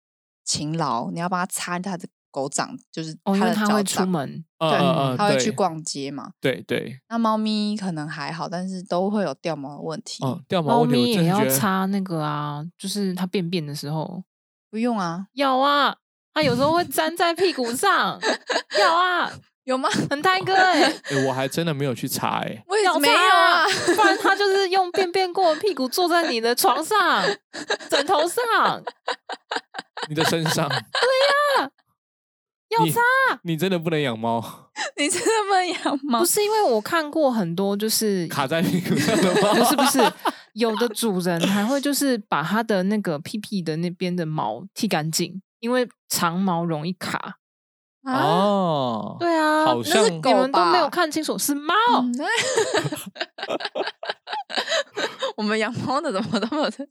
Speaker 3: 勤劳，你要帮它擦它的狗掌，就是
Speaker 2: 哦，因
Speaker 3: 它
Speaker 2: 为
Speaker 3: 的
Speaker 2: 它
Speaker 3: 脚
Speaker 2: 会出
Speaker 3: 掌。
Speaker 2: 门，
Speaker 1: 呃
Speaker 3: 对，
Speaker 1: 呃呃，
Speaker 3: 它会去
Speaker 1: 对
Speaker 3: 逛街嘛。
Speaker 1: 对对
Speaker 3: 那猫咪可能还好，但是都会有掉毛的问题。
Speaker 1: 哦，掉毛
Speaker 2: 猫
Speaker 1: 问题
Speaker 2: 咪
Speaker 1: 我真
Speaker 2: 也
Speaker 1: 的
Speaker 2: 要
Speaker 1: 觉得
Speaker 2: 擦那个啊，就是它便便的时候
Speaker 3: 不用啊，
Speaker 2: 咬啊，它有时候会粘在屁股 上，咬啊，
Speaker 3: 有吗？
Speaker 2: 很大一个哎、
Speaker 1: 诶我还真的没有去擦哎，
Speaker 3: 我也
Speaker 2: 咬
Speaker 3: 没有啊。
Speaker 2: 它， 不然它就是用便便过的屁股坐在你的床上、枕头上，
Speaker 1: 你的身上
Speaker 2: 要
Speaker 1: 你
Speaker 2: 擦。
Speaker 1: 你真的不能养猫，
Speaker 3: 你真的不能养猫
Speaker 2: 不？是因为我看过很多，就是
Speaker 1: 卡在屁股上的猫，
Speaker 2: 不是不是，有的主人还会就是把他的那个屁屁的那边的毛剃干净，因为长毛容易卡。
Speaker 3: 啊，
Speaker 1: 哦，
Speaker 2: 对啊，
Speaker 1: 好
Speaker 2: 那
Speaker 1: 像
Speaker 2: 是你们都没有
Speaker 3: 狗吧
Speaker 2: 看清楚，是猫。
Speaker 3: 嗯 我们养猫的怎么都没有这？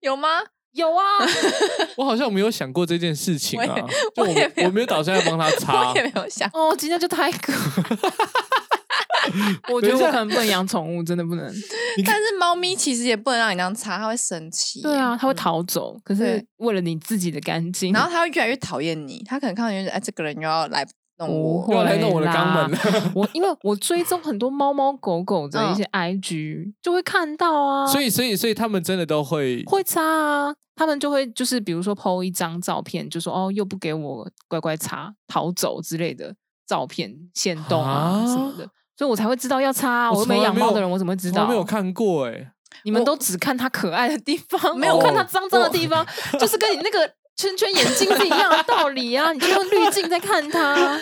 Speaker 3: 有吗？
Speaker 2: 有 啊，
Speaker 1: 我好像没有想过这件事情啊，就我
Speaker 3: 我也没有
Speaker 1: 我没有打算要帮它擦
Speaker 3: 我也。没有想。
Speaker 2: 哦，今天就太 哥。我觉得
Speaker 1: 等一
Speaker 2: 我
Speaker 1: 下
Speaker 2: 可能不能养宠物，真的不能。
Speaker 3: 但是猫咪其实也不能让你那样擦，它会生气。
Speaker 2: 对啊，它会
Speaker 3: 嗯。
Speaker 2: 逃走，可是
Speaker 3: 对
Speaker 2: 为了你自己的干净，
Speaker 3: 然后它会越来越讨厌你，它可能看到你，哎，这个人又要来弄
Speaker 2: 不
Speaker 3: 我。
Speaker 2: 会
Speaker 1: 哦又来弄我的肛门
Speaker 2: 啦。我因为我追踪很多猫猫狗狗的一些 IG，、就会看到 啊，
Speaker 1: 所以，所以，所以他们真的都会
Speaker 2: 会擦啊，他们就会就是比如说 PO 一张照片，就说哦又不给我乖乖擦，逃走之类的照片、限动啊
Speaker 1: 啊
Speaker 2: 什么的，所以我才会知道要擦啊。我又
Speaker 1: 从来
Speaker 2: 没
Speaker 1: 没
Speaker 2: 养猫
Speaker 1: 有
Speaker 2: 的人，我怎么会知
Speaker 1: 从来
Speaker 2: 道？
Speaker 1: 没有看过哎、
Speaker 2: 你们
Speaker 3: 我
Speaker 2: 都只看它可爱的地方，
Speaker 3: 没
Speaker 2: 没
Speaker 1: 有
Speaker 2: 有看
Speaker 1: 我
Speaker 2: 它脏脏的
Speaker 1: 我
Speaker 2: 地 方，就是跟你那个。圈圈眼睛是一样的道理啊！你就用滤镜在看它，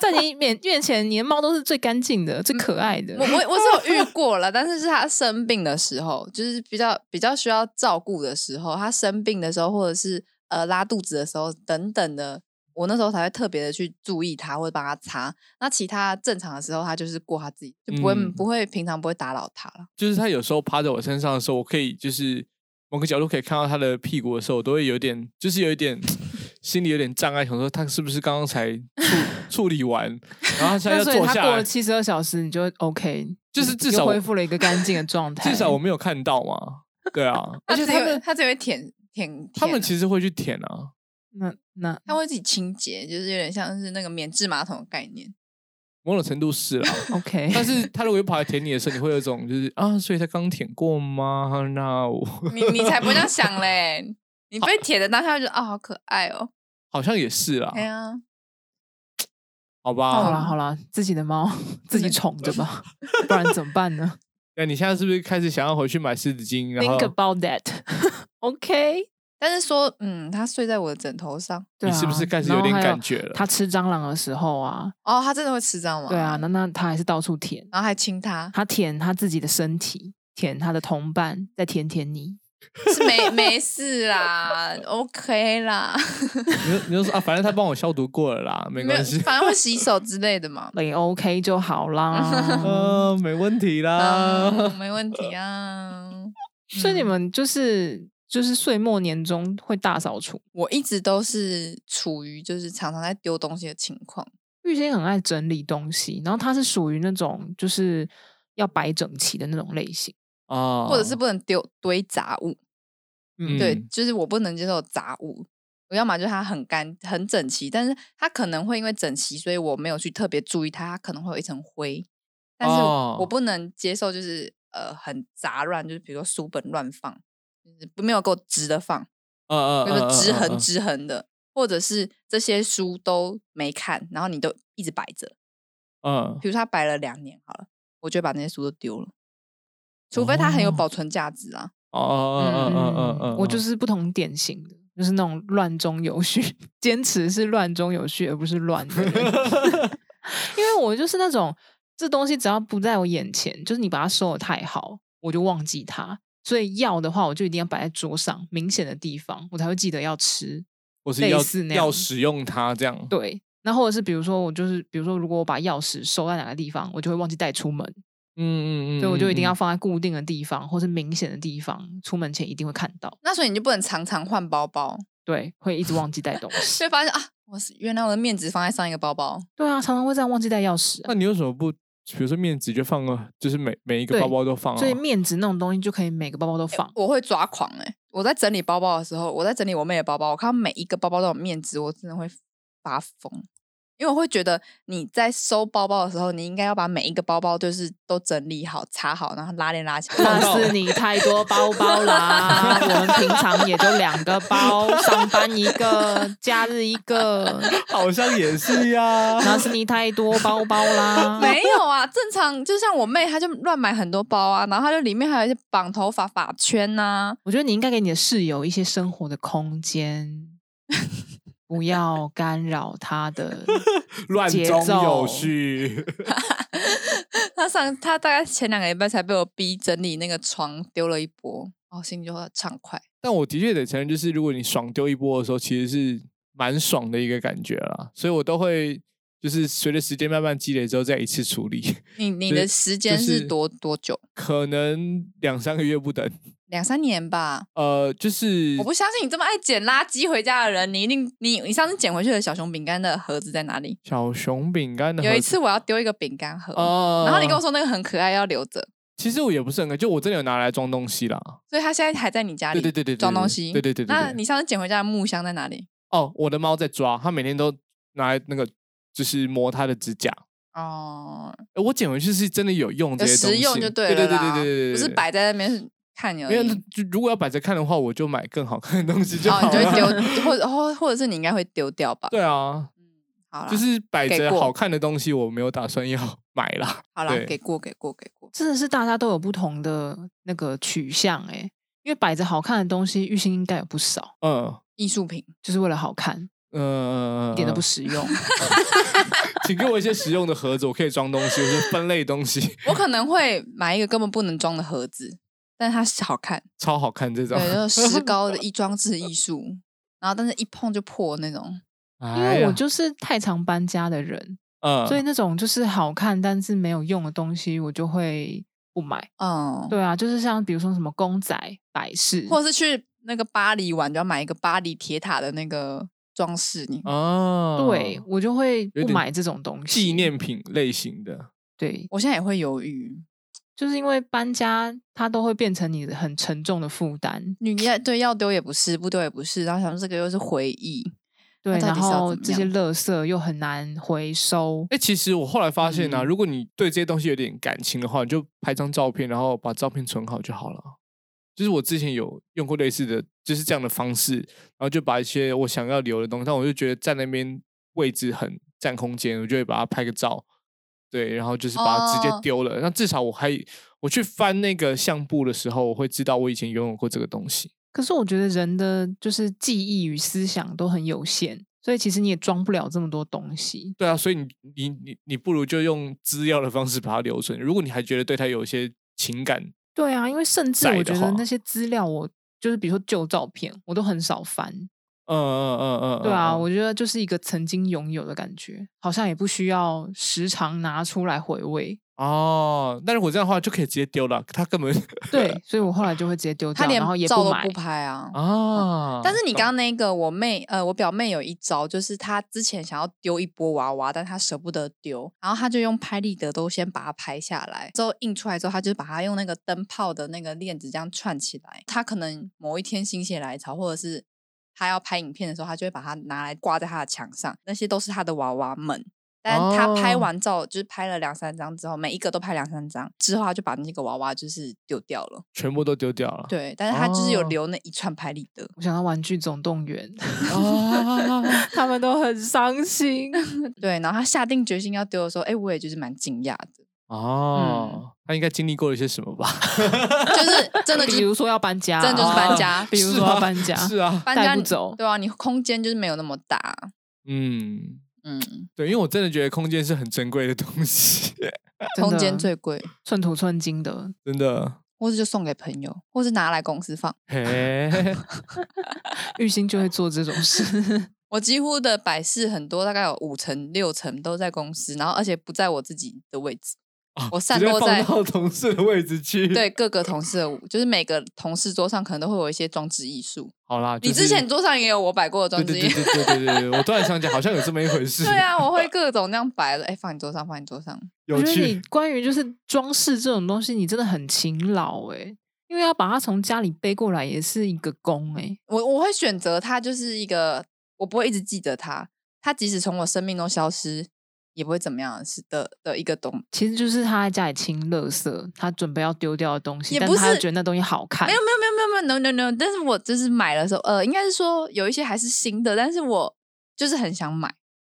Speaker 2: 在你面面前，你的猫都是最干净的、最可爱
Speaker 1: 嗯
Speaker 2: 的
Speaker 3: 我。我我是有遇过了，但是是它生病的时候，就是比较比较需要照顾的时候，它生病的时候，或者是呃拉肚子的时候等等的，我那时候才会特别的去注意它，会帮它擦。那其他正常的时候，它就是过它自己，就不会、
Speaker 1: 嗯
Speaker 3: 不会平常不会打扰它了。
Speaker 1: 就是他有时候趴在我身上的时候，我可以就是某个角度可以看到他的屁股的时候，我都会有点，就是有一点心里有点障碍，想说他是不是刚刚才处处理完，然后他现在
Speaker 2: 那
Speaker 1: 要
Speaker 2: 所以
Speaker 1: 坐
Speaker 2: 它
Speaker 1: 下
Speaker 2: 过了
Speaker 1: 来，
Speaker 2: 七十二小时，你就 OK，
Speaker 1: 就是至
Speaker 2: 又
Speaker 1: 少我
Speaker 2: 恢复了一个干净的状态。
Speaker 1: 至少我没有看到嘛，对 啊，而且
Speaker 3: 它
Speaker 1: 他
Speaker 3: 只会
Speaker 1: 们
Speaker 3: 它只会舔舔，
Speaker 1: 他们
Speaker 3: 实
Speaker 1: 其实会去舔啊，
Speaker 2: 那那
Speaker 3: 它会自己清洁，就是有点像是那个免治马桶的概念。
Speaker 1: 某种程度是 啦。
Speaker 2: OK，
Speaker 1: 但是他如果又跑来舔你的时候，你会有一种就是啊，所以他刚舔过吗？那我
Speaker 3: 你你才不这样想嘞！你被舔的当下就啊，好可爱哦！
Speaker 1: 好像也是啦
Speaker 3: 哎，呀，
Speaker 1: 好
Speaker 2: 好
Speaker 1: 吧？
Speaker 2: 啦好啦，自己的猫自己宠着 吧，不然怎么办呢
Speaker 1: 那你现在是不是开始想要回去买湿纸巾？ 然后
Speaker 2: ？Think about that 。OK，
Speaker 3: 但是说，嗯，它睡在我的枕头上
Speaker 2: 对
Speaker 1: 你
Speaker 2: 啊，
Speaker 1: 是不是开始
Speaker 2: 然
Speaker 1: 有
Speaker 2: 后
Speaker 1: 点
Speaker 2: 还
Speaker 1: 感觉了？
Speaker 2: 它吃蟑螂的时候啊，
Speaker 3: 哦，它真的会吃蟑螂。
Speaker 2: 对啊，，那那它还是到处舔，
Speaker 3: 然后还亲它，
Speaker 2: 它舔它自己的身体，舔它的同伴，再舔舔你。
Speaker 3: 是没没事啦，OK 啦，
Speaker 1: 你就你就说啊，反正他帮我消毒过了 啦， 没
Speaker 3: 没有
Speaker 1: 关系，
Speaker 3: 反正会洗手之类 的嘛。
Speaker 2: 你 OK 就好啦。
Speaker 1: 呃，没问题
Speaker 3: 啊，
Speaker 2: 嗯
Speaker 1: 啦。
Speaker 3: 没问题啊。
Speaker 2: 所以你
Speaker 3: 嗯
Speaker 2: 们就是就是岁末年终会大扫除。
Speaker 3: 我一直都是处于就是常常在丢东西的情况，
Speaker 2: 玉仙很爱整理东西，然后她是属于那种就是要摆整齐的那种类型。
Speaker 1: 啊，
Speaker 3: 或者是不能丢堆杂物。
Speaker 1: 嗯
Speaker 3: 对，就是我不能接受杂物。我要么就是它很干、很整齐，但是它可能会因为整齐，所以我没有去特别注意它，它可能会有一层灰。但是
Speaker 1: 哦
Speaker 3: 我不能接受，就是呃很杂乱，就是比如说书本乱放，就是没有给我直的放，
Speaker 1: 呃呃
Speaker 3: 比如
Speaker 1: 呃
Speaker 3: 说直
Speaker 1: 呃
Speaker 3: 横
Speaker 1: 呃
Speaker 3: 直横的，或者是这些书都没看，然后你都一直摆着。
Speaker 1: 嗯
Speaker 3: 比如说它摆了两年好了，我就会把那些书都丢了，除非它很有
Speaker 1: 哦
Speaker 3: 保存价值啊。
Speaker 1: 哦哦哦哦哦哦，
Speaker 2: 嗯我就是不同典型的，就是那种乱中有序，坚持是乱中有序，而不是乱的人。 因为我就是那种这东西只要不在我眼前，就是你把它收的太好，我就忘记它。所以要的话，我就一定要摆在桌上明显的地方，我才会记得要吃。
Speaker 1: 我是
Speaker 2: 类
Speaker 1: 要
Speaker 2: 似那
Speaker 1: 要
Speaker 2: 样
Speaker 1: 使用它这样。
Speaker 2: 对，那或者是比如说我就是，比如说如果我把钥匙收在哪个地方，我就会忘记带出门，
Speaker 1: 嗯嗯嗯，
Speaker 2: 所以我就一定
Speaker 1: 嗯
Speaker 2: 要放在固定的地方或是明显的地方，出门前一定会看到。
Speaker 3: 那所以你就不能常常换包包，
Speaker 2: 对，会一直忘记带东西。
Speaker 3: 就会发现啊，我是原来我的面子放在上一个包包，
Speaker 2: 对啊，常常会这样忘记带钥匙、啊
Speaker 1: 那。你为什么不，比如说面纸就放个，就是每每一个
Speaker 2: 对
Speaker 1: 包包都放啊？
Speaker 2: 所以面子那种东西就可以每个包包都放。
Speaker 3: 我会抓狂哎、我在整理包包的时候，我在整理我妹的包包，我看到每一个包包都有面子，我真的会发疯，因为我会觉得你在收包包的时候，你应该要把每一个包包就是都整理好、插好，然后拉链拉起来。
Speaker 2: 那是你太多包包啦，我们平常也就两个包，上班一个，假日一个，
Speaker 1: 好像也是呀。
Speaker 2: 那是你太多包包啦。
Speaker 3: 没有啊，正常就像我妹，她就乱买很多包啊，然后她就里面还有一些绑头发发圈呐、
Speaker 2: 我觉得你应该给你的室友一些生活的空间，不要干扰他的。
Speaker 1: 乱
Speaker 2: 节
Speaker 1: 中有
Speaker 2: 奏
Speaker 1: 序，
Speaker 3: 她上她大概前两个礼拜才被我逼整理那个床，丢了一波，哦，心里就很畅快。
Speaker 1: 但我的确得承认，就是如果你爽丢一波的时候，其实是蛮爽的一个感觉啦。所以我都会就是随着时间慢慢积累之后，再一次处理，
Speaker 3: 你你
Speaker 1: 就
Speaker 3: 的
Speaker 1: 是
Speaker 3: 时间
Speaker 1: 就是
Speaker 3: 是多多久？
Speaker 1: 可能两三个月不等。
Speaker 3: 两三年吧。
Speaker 1: 呃，就是
Speaker 3: 我不相信你这么爱捡垃圾回家的人，你一定你你上次捡回去的小熊饼干的盒子在哪里？
Speaker 1: 小熊饼干的
Speaker 3: 有
Speaker 1: 盒
Speaker 3: 一
Speaker 1: 子
Speaker 3: 次我要丢一个饼干盒，
Speaker 1: 哦，
Speaker 3: 然后你跟我，说那个很可爱，要留着，
Speaker 1: 其实我也不是很敢，就我真的有拿来装东西啦。
Speaker 3: 所以它现在还在你家里
Speaker 1: 对对对对，对
Speaker 3: 装东
Speaker 1: 对
Speaker 3: 西。
Speaker 1: 对对对对。
Speaker 3: 那
Speaker 1: 对
Speaker 3: 你上次捡回家的木箱在哪里？
Speaker 1: 哦，我的猫在抓，它每天都拿来那个就是磨它的指甲。
Speaker 3: 哦，
Speaker 1: 呃我捡回去是真的有用这
Speaker 3: 有
Speaker 1: 些东西，
Speaker 3: 实用就
Speaker 1: 对
Speaker 3: 了
Speaker 1: 对对
Speaker 3: 啦，
Speaker 1: 对对对，
Speaker 3: 不是
Speaker 1: 对。
Speaker 3: 摆在那边看而
Speaker 1: 因为
Speaker 3: 已。
Speaker 1: 就如果要摆着看的话，我就买更好看的东西就
Speaker 3: 哦，
Speaker 1: 好
Speaker 3: 你就
Speaker 1: 了。
Speaker 3: 会丢， 或者哦或或者是你应该会丢掉吧？
Speaker 1: 对啊，
Speaker 3: 好啦，
Speaker 1: 就是摆
Speaker 3: 给
Speaker 1: 着
Speaker 3: 过
Speaker 1: 好看的东西，我没有打算要买啦。
Speaker 3: 好啦，
Speaker 1: 对
Speaker 3: 给过给过给过。
Speaker 2: 真的是大家都有不同的那个取向哎、因为摆着好看的东西，玉鑫应该有不少，
Speaker 1: 嗯
Speaker 3: 艺术品，
Speaker 2: 就是为了好看，
Speaker 1: 呃，
Speaker 2: 一点都不实用。
Speaker 1: 请给我一些实用的盒子，我可以装东西，我是分类东西，
Speaker 3: 我可能会买一个根本不能装的盒子，但它是好 看，
Speaker 1: 超好看这种。
Speaker 3: 对，就是石膏的一装置艺术，然后但是一碰就破那种。
Speaker 1: 哎
Speaker 2: 因为
Speaker 1: 呀
Speaker 2: 我就是太常搬家的人，
Speaker 1: 嗯，
Speaker 2: 所以那种就是好看但是没有用的东西，我就会不买。
Speaker 3: 嗯，
Speaker 2: 对啊，就是像比如说什么公仔摆饰，
Speaker 3: 或者是去那个巴黎玩，就要买一个巴黎铁塔的那个装饰，你
Speaker 1: 啊，
Speaker 2: 对我就会
Speaker 1: 有
Speaker 2: 不
Speaker 1: 点
Speaker 2: 买这种东西。
Speaker 1: 纪念品类型的，
Speaker 2: 对，
Speaker 3: 我现在也会犹豫，
Speaker 2: 就是因为搬家，它都会变成你的很沉重的负担。
Speaker 3: 你要对要丢也不是，不丢也不是，然后想说这个又是回忆，
Speaker 2: 对，
Speaker 3: 到
Speaker 2: 然
Speaker 3: 底是要
Speaker 2: 后
Speaker 3: 怎么
Speaker 2: 这些
Speaker 3: 样
Speaker 2: 垃圾又很难回收。
Speaker 1: 哎、其实我后来发现呢、
Speaker 3: 嗯
Speaker 1: 如果你对这些东西有点感情的话，你就拍张照片，然后把照片存好就好了。就是我之前有用过类似的，就是这样的方式，然后就把一些我想要留的东西，但我就觉得在那边位置很占空间，我就会把它拍个照，对，然后就是把它直接
Speaker 3: 哦
Speaker 1: 丢了。那至少我还我去翻那个相簿的时候，我会知道我以前拥有过这个东西。
Speaker 2: 可是我觉得人的就是记忆与思想都很有限，所以其实你也装不了这么多东西。
Speaker 1: 对啊，所以你你你你不如就用资料的方式把它留存。如果你还觉得对它有一些情感，
Speaker 2: 对啊，因为甚至
Speaker 1: 在
Speaker 2: 我
Speaker 1: 的
Speaker 2: 觉得
Speaker 1: 话
Speaker 2: 那些资料我，就是比如说旧照片，我都很少翻。
Speaker 1: 嗯嗯嗯嗯，
Speaker 2: 对啊，
Speaker 1: 嗯
Speaker 2: 我觉得就是一个曾经拥有的感觉，好像也不需要时常拿出来回味。
Speaker 1: 哦，但是我这样的话就可以直接丢了，他根本
Speaker 2: 对，所以我后来就会直接丢
Speaker 3: 他
Speaker 2: 掉，
Speaker 3: 连
Speaker 2: 然后也
Speaker 3: 照都
Speaker 2: 买哦
Speaker 3: 不。拍啊。
Speaker 1: 啊。
Speaker 3: 但是你
Speaker 1: 懂
Speaker 3: 刚刚那个我妹，呃，我表妹有一招，就是她之前想要丢一波娃娃，但她舍不得丢，然后她就用拍立得都先把它拍下来，之后印出来之后，她就把它用那个灯泡的那个链子这样串起来。她可能某一天心血来潮，或者是她要拍影片的时候，她就会把它拿来挂在她的墙上，那些都是她的娃娃们。但她拍
Speaker 1: 哦
Speaker 3: 完照，就是拍了两三张之后，每一个都拍两三张之后，她就把那个娃娃就是丢掉了。
Speaker 1: 全部都丢掉了，
Speaker 3: 对，但是她就是有
Speaker 1: 哦
Speaker 3: 留那一串拍立得。
Speaker 2: 我想到《玩具总动 员》，
Speaker 1: 啊，
Speaker 2: 他们都很伤心。
Speaker 3: 对，然后他下定决心要丢的时候，哎，我也就是蛮惊讶的，
Speaker 1: 哦，他应该经历过了些什么吧？
Speaker 3: 就是真的 就
Speaker 2: 比
Speaker 3: 是
Speaker 2: 如说要搬家， 哦
Speaker 3: 真的就是搬家
Speaker 2: 比如
Speaker 1: 是
Speaker 2: 说
Speaker 1: 啊
Speaker 2: 要搬家，
Speaker 1: 是啊，
Speaker 3: 搬
Speaker 2: 带
Speaker 3: 家
Speaker 2: 不
Speaker 3: 你
Speaker 2: 走
Speaker 3: 对啊，你空间就是没有那么大，
Speaker 1: 嗯，
Speaker 3: 嗯，
Speaker 1: 对，因为我真的觉得空间是很珍贵的东西，
Speaker 2: 真
Speaker 3: 空间
Speaker 2: 的
Speaker 3: 最贵，
Speaker 2: 寸土寸金的。
Speaker 1: 真的。
Speaker 3: 或是就送给朋友，或是拿来公司放。
Speaker 1: 嘿，
Speaker 2: 玉兴就会做这种 事，
Speaker 3: 我几乎的摆饰很多，大概有五成六成都在公司，然后而且不在我自己的位置，我散
Speaker 1: 哦直接
Speaker 3: 落在
Speaker 1: 放到 同事的位置去。，
Speaker 3: 对各个同事的，就是每个同事桌上可能都会有一些装置艺术。
Speaker 1: 好啦，
Speaker 3: 你
Speaker 1: 就
Speaker 3: 之
Speaker 1: 是
Speaker 3: 前桌上也有我摆过的
Speaker 1: 对
Speaker 3: 装置
Speaker 1: 对
Speaker 3: 艺
Speaker 1: 对
Speaker 3: 术，
Speaker 1: 对对对对对，我突然想起，好像有这么一回事。
Speaker 3: 对，啊，我会各种那样摆的，哎，放你桌上，放你桌上。
Speaker 2: 我
Speaker 1: 有
Speaker 2: 觉得你
Speaker 1: 趣。
Speaker 2: 关于就是装饰这种东西，你真的很勤劳诶、因为要把它从家里背过来也是一个欸功诶、
Speaker 3: 我我会选择它，就是一个我不会一直记得它，它即使从我生命中消失，也不会怎么样是的的一个东，
Speaker 2: 其实就是他在家里清垃圾，他准备要丢掉的东西，
Speaker 3: 也
Speaker 2: 但
Speaker 3: 不
Speaker 2: 他又
Speaker 3: 是
Speaker 2: 觉得那东西好看
Speaker 3: 没有，没有没有没有没有 no no no，但是我就是买的时候，呃，应该是说有一些还是新的，但是我就是很想买，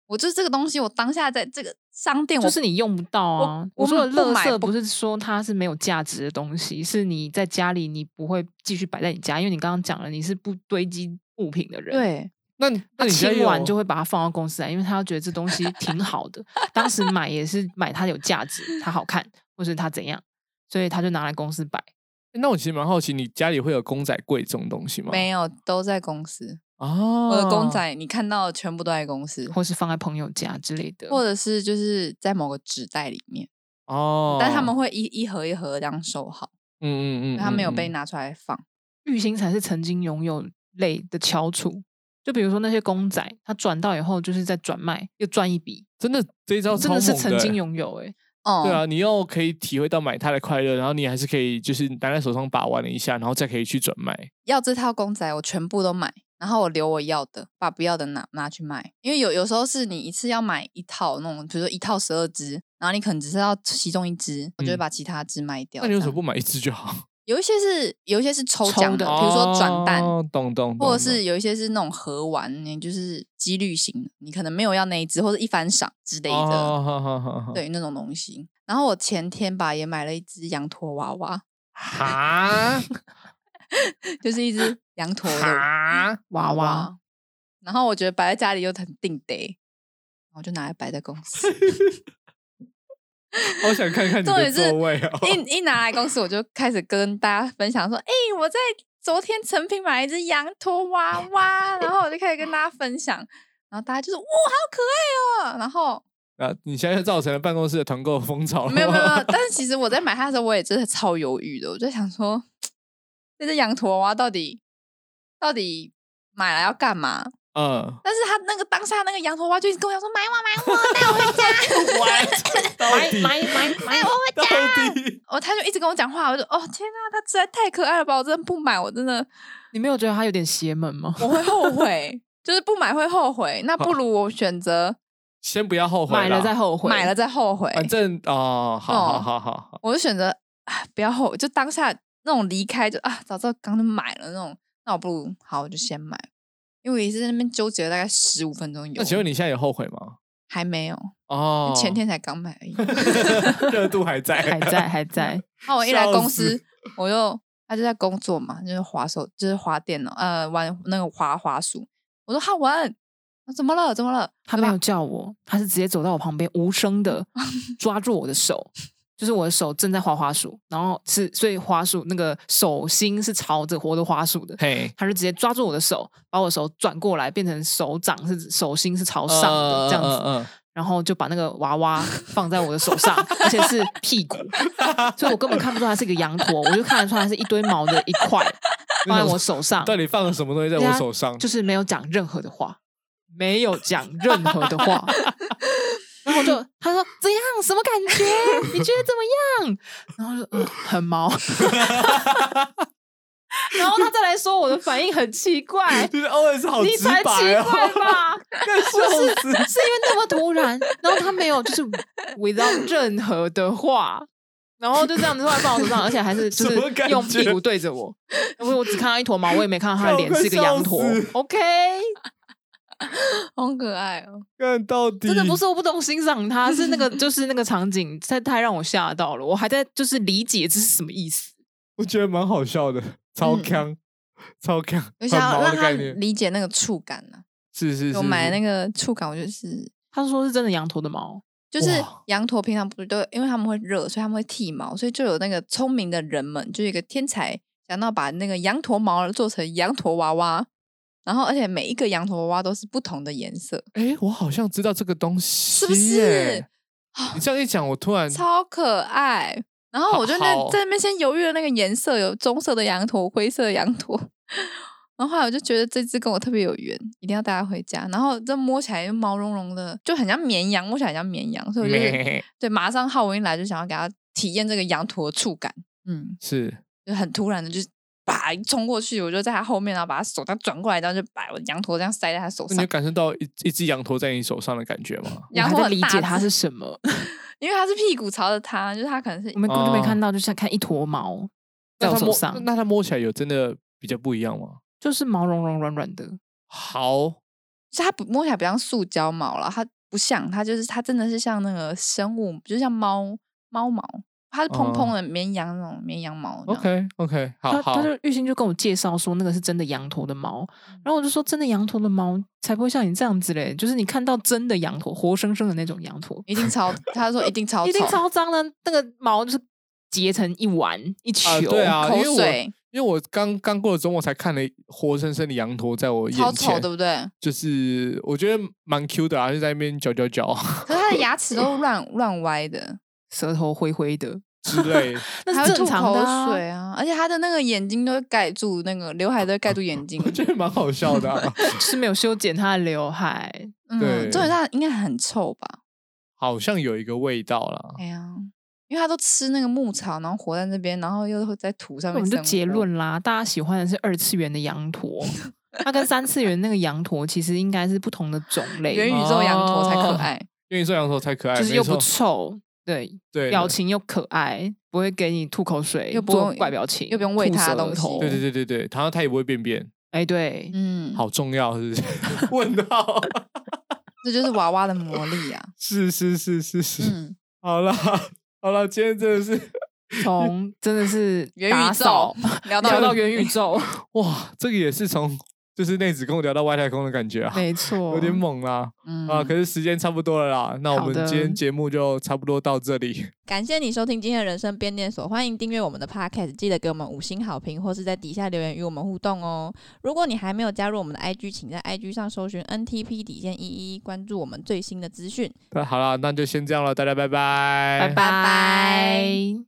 Speaker 3: 我就是这个东西，我当下在这个商哎店我，
Speaker 2: 就是你用不到啊。
Speaker 3: 我
Speaker 2: 说的
Speaker 3: 不
Speaker 2: 垃
Speaker 3: 买
Speaker 2: 圾
Speaker 3: 不
Speaker 2: 不是说它是没有价值的东西，是你在家里你不会继续摆在你家，因为你刚刚讲了你是不堆积物品的人。。
Speaker 3: 对啊
Speaker 1: 那你那
Speaker 2: 他
Speaker 1: 你家
Speaker 2: 清完
Speaker 1: 有
Speaker 2: 就会把它放到公司来，因为他要觉得这东西挺好 的。当时买也是买它有价值，它好看，或是它怎样，所以他就拿来公司摆。
Speaker 1: 欸那我其实蛮好奇，你家里会有公仔柜这种东西吗？
Speaker 3: 没有都在公司，
Speaker 1: 哦，
Speaker 3: 我的公仔你看到的全部都在公司，
Speaker 2: 或是放在朋友家之类的，
Speaker 3: 或者是就是在某个纸袋里面，
Speaker 1: 哦，
Speaker 3: 但他们会一一盒一盒这样收好，
Speaker 1: 嗯嗯嗯，
Speaker 3: 他没有被
Speaker 1: 嗯
Speaker 3: 拿出来放。
Speaker 2: 玉兴才是曾经拥有类的翘楚。就比如说那些公仔，他转到以后就是在转卖，又赚一笔，
Speaker 1: 真的这一招
Speaker 2: 真的
Speaker 1: 超
Speaker 2: 是
Speaker 1: 猛
Speaker 2: 曾经
Speaker 1: 欸
Speaker 2: 拥有哎、
Speaker 3: 哦、
Speaker 1: 对啊，你又可以体会到买它的快乐，然后你还是可以就是拿在手上把玩了一下，然后再可以去转卖。
Speaker 3: 要这套公仔，我全部都买，然后我留我要的，把不要的拿拿去卖。因为有有时候是你一次要买一套那种，比如说一套十二只，然后你可能只是要其中一只，我就会
Speaker 1: 嗯
Speaker 3: 把其他只卖掉。
Speaker 1: 那你为
Speaker 3: 这
Speaker 1: 什么
Speaker 3: 样
Speaker 1: 不买一只就好？
Speaker 3: 有一些是有一些是抽
Speaker 2: 抽
Speaker 3: 奖
Speaker 2: 的
Speaker 3: 的，比如说转蛋，
Speaker 1: 哦懂懂，
Speaker 3: 或者
Speaker 1: 懂
Speaker 3: 是有一些是那种盒玩，你就是几率型的，你可能没有要那一只，或者一番赏之类
Speaker 1: 懂
Speaker 3: 的，
Speaker 1: 哦好好好好
Speaker 3: 对那种东西。然后我前天吧也买了一只羊驼娃娃，
Speaker 1: 哈
Speaker 3: 就是一只羊驼的
Speaker 1: 哈，
Speaker 2: 娃娃，。
Speaker 3: 哦然后我觉得摆在家里又很定得，然后就拿来摆在公司。
Speaker 1: 好想看看你
Speaker 3: 重
Speaker 1: 的
Speaker 3: 点是
Speaker 1: 座位哦。
Speaker 3: 一一拿来公司，我就开始跟大家分享说：“哎、我在昨天成品买了一只羊驼娃娃。”然后我就开始跟大家分享，然后大家就是：“哇，好可爱哦！”然后
Speaker 1: 啊，你现在就造成了办公室的团购风潮了吗。
Speaker 3: 没有没有，没有，但是其实我在买它的时候，我也真的超犹豫的。我就想说，这只羊驼娃娃到底到底买来要干嘛？
Speaker 1: 嗯，
Speaker 3: 但是他那个当下那个羊驼娃娃就一直跟我讲说：“买我买我，带我回家。”
Speaker 1: 玩到
Speaker 2: 买
Speaker 1: 底
Speaker 2: 买买 买，
Speaker 1: 到底
Speaker 3: 哦，他就一直跟我讲话，我就哦天啊，他 实在太可爱了吧！我真的不买，我真的
Speaker 2: 你没有觉得他有点邪门吗？
Speaker 3: 我会后悔。就是不买会后悔，那不如我选择
Speaker 1: 先不要后悔啦，啊
Speaker 2: 买了再后悔，
Speaker 3: 买了再后悔。
Speaker 1: 反正哦，好好
Speaker 3: 哦
Speaker 1: 好好好，
Speaker 3: 我就选择啊，不要后悔，就当下那种离开就啊，早知道刚就买了那种，那我不如好我就先买，因为我也是在那边纠结了大概十五分钟有。
Speaker 1: 那请问你现在有后悔吗？
Speaker 3: 还没有？
Speaker 1: 哦，
Speaker 3: 前天才刚 买而已。
Speaker 1: 热度还在，
Speaker 2: 还在还 在，
Speaker 3: 那我一来
Speaker 1: 笑
Speaker 3: 公
Speaker 1: 死
Speaker 3: 司，我就他就在工作嘛，就是滑手，就是滑电脑，呃，玩那个滑滑鼠。我说浩文，怎么了？怎么了？
Speaker 2: 他没有叫我，他是直接走到我旁边，无声 的抓住我的手，就是我的手正在滑滑鼠，然后是所以滑鼠那个手心是朝着我的滑鼠的，
Speaker 1: 嘿，
Speaker 2: 他就直接抓住我的手，把我手转过来，变成手掌是手心是朝上的、
Speaker 1: 呃
Speaker 2: 这样子，
Speaker 1: 呃
Speaker 2: 然后就把那个娃娃放在我的手上，而且是屁股，所以我根本看不出它是一个羊驼，我就看得出来是一堆毛的一块放在我手上
Speaker 1: 呃，到底放了什么东西在我手上？
Speaker 2: 就是没有讲任何的话，没有讲任何 的话。然后我就他说怎样，什么感觉？你觉得怎么样？然后就、嗯、很毛。然后他再来说我的反应很奇怪，
Speaker 1: 就是 OS 好
Speaker 2: 你
Speaker 1: 直
Speaker 2: 才奇
Speaker 1: 白
Speaker 2: 怪
Speaker 1: 哦，
Speaker 2: 吧？
Speaker 1: 干笑死！
Speaker 2: 是因为那么突然，然后他没有就是 without 任何的话，然后就这样子突然放我手上，而且还是就
Speaker 1: 什么感觉
Speaker 2: 是用屁股对着我，我我只看到一坨毛，我也没 看到他的脸是一个羊驼
Speaker 1: 看我快笑死。
Speaker 2: OK，
Speaker 3: 好可爱哦！
Speaker 1: 看到底
Speaker 2: 真的不是我不懂欣赏他，是那个就是那个场景太太让我吓到了，我还在就是理解这是什么意思。
Speaker 1: 我觉得蛮好笑的，超
Speaker 3: 嗯
Speaker 1: 强，超强，
Speaker 3: 我
Speaker 1: 很
Speaker 3: 想要
Speaker 1: 毛
Speaker 3: 让
Speaker 1: 的
Speaker 3: 他
Speaker 1: 概念，
Speaker 3: 理解那个触感呢、
Speaker 1: 是是是，
Speaker 3: 我买那
Speaker 1: 个
Speaker 3: 个触感，我就是
Speaker 2: 他说是真的羊驼的毛，
Speaker 3: 就是
Speaker 1: 哇
Speaker 3: 羊驼平常不是都因为他们会热，所以他们会剃毛，所以就有那个聪明的人们，就有一个天才想到把那个羊驼毛做成羊驼娃娃，然后而且每一个羊驼娃娃都是不同的颜色，
Speaker 1: 哎，我好像知道这个东西，
Speaker 3: 是不是？？
Speaker 2: 啊
Speaker 1: 你这样一讲，我突然
Speaker 3: 超可爱。然后我就
Speaker 1: 好
Speaker 2: 哦
Speaker 3: 那在那边先犹豫了那个颜色，有棕色的羊驼、灰色的羊驼。 然后后来我就觉得这只跟我特别有缘，一定要带它回家。然后这摸起来就毛茸茸的，就很像绵羊，摸起来很像绵羊，所以我就是
Speaker 1: 咩
Speaker 3: 对马上浩文一来就想要给他体验这个羊驼的触感，嗯，
Speaker 1: 是
Speaker 3: 就很突然的就是啪一冲过去，我就在他后面，然后把他手这样转过来，然后就把我的羊驼这样塞在他手
Speaker 1: 那你
Speaker 3: 上
Speaker 1: 有，感受到一一只羊驼在你手上的感觉吗？
Speaker 2: 我
Speaker 3: 羊
Speaker 2: 还
Speaker 3: 驼
Speaker 2: 在
Speaker 3: 很
Speaker 2: 理
Speaker 3: 大
Speaker 2: 解它
Speaker 3: 只
Speaker 2: 是什
Speaker 1: 哦
Speaker 2: 么，
Speaker 3: 因为他是屁股朝着他，就是他可能是
Speaker 2: 我们根本就没
Speaker 1: 哦
Speaker 2: 看到，就像看一坨毛
Speaker 1: 那
Speaker 2: 在我
Speaker 1: 它
Speaker 2: 手
Speaker 1: 摸
Speaker 2: 上，
Speaker 1: 那它摸起来有真的比较不一样吗？
Speaker 2: 就是毛茸茸软软的。
Speaker 1: 好，
Speaker 3: 所以它不摸起来不像塑胶毛了，它不像，它就是它真的是像那个生物，就像猫猫毛，它是蓬蓬的绵羊那种绵羊毛。
Speaker 1: 哦
Speaker 3: 这样
Speaker 1: OK OK，好
Speaker 2: 他
Speaker 1: 好
Speaker 2: 他，就玉兴就跟我介绍说那个是真的羊驼的毛，
Speaker 3: 嗯
Speaker 2: 然后我就说真的羊驼的毛才不会像你这样子嘞，就是你看到真的羊驼活生生的那种羊驼，
Speaker 3: 一定超，他说一定超，
Speaker 2: 一定，超脏的，那个毛就是结成一丸一球，
Speaker 1: 啊对啊，
Speaker 3: 口
Speaker 1: 因为我
Speaker 3: 水
Speaker 1: 因为我刚刚过了周末才看了活生生的羊驼在我
Speaker 3: 超
Speaker 1: 眼
Speaker 3: 丑，
Speaker 1: 前
Speaker 3: 对，不对？
Speaker 1: 就是我觉得蛮 Q 的啊，就在那边嚼嚼 嚼
Speaker 3: 可是它的牙齿都乱乱歪的，
Speaker 2: 舌头灰灰的，
Speaker 1: 之类的，
Speaker 2: 那
Speaker 3: 还
Speaker 2: 是
Speaker 3: 会
Speaker 2: 正
Speaker 3: 吐
Speaker 2: 常
Speaker 3: 口
Speaker 2: 的、啊。
Speaker 3: 水啊，而且它的那个眼睛都会盖住那个刘海，都会盖住眼睛。
Speaker 1: 我觉得蛮好笑的啊，
Speaker 2: 是没有修剪他的刘海，
Speaker 3: 嗯，
Speaker 1: 对
Speaker 3: 重点是它应该很臭吧？
Speaker 1: 好像有一个味道啦。
Speaker 3: 哎呀，因为它都吃那个牧草，然后活在那边，然后又会在土上
Speaker 2: 那我
Speaker 3: 面
Speaker 2: 们
Speaker 3: 生活。
Speaker 2: 就结论啦，大家喜欢的是二次元的羊驼，它跟三次元那个羊驼其实应该是不同的 种类，
Speaker 3: 元宇宙羊驼才
Speaker 1: 哦
Speaker 3: 可爱。
Speaker 1: 因为你说羊驼才可爱，
Speaker 2: 就是
Speaker 1: 没
Speaker 2: 又不
Speaker 1: 错
Speaker 2: 臭，对，
Speaker 1: 对
Speaker 2: 表，情又可爱，不会给你吐口水，
Speaker 3: 又不
Speaker 2: 做
Speaker 3: 用
Speaker 2: 怪表情，
Speaker 3: 又不用喂
Speaker 2: 吐
Speaker 3: 它
Speaker 2: 舌
Speaker 3: 东西
Speaker 2: 头
Speaker 1: 对对对对对，然后它也不会便便，
Speaker 2: 哎对，
Speaker 3: 嗯，
Speaker 1: 好重要是不 是？问号，啊
Speaker 3: 这就是娃娃的魔力啊。
Speaker 1: 是是是是 是，
Speaker 3: 嗯，
Speaker 1: 好啦好啦，今天真的是
Speaker 2: 从真的是
Speaker 3: 元
Speaker 2: 打
Speaker 3: 宇
Speaker 2: 扫
Speaker 3: 宙聊到
Speaker 2: 聊到元宇 宙，
Speaker 1: 哇，这个也是从就是内子宫聊到外太空的感觉啊，
Speaker 2: 没错，
Speaker 1: 有点猛啦。
Speaker 3: 嗯
Speaker 1: 啊，可是时间差不多了啦，那我
Speaker 2: 哦好
Speaker 1: 们
Speaker 2: 的
Speaker 1: 今天节目就差不多到这里。
Speaker 4: 感谢你收听今天的人生变电所，欢迎订阅我们的 Podcast，记得给我们五星好评，或是在底下留言与我们互动哦。如果你还没有加入我们的 IG，请在 IG 上搜寻 NTP 底线一一，关注我们最新的资讯。
Speaker 1: 那好啦，那就先这样了，大家拜拜，
Speaker 2: 拜
Speaker 4: 拜
Speaker 2: 拜。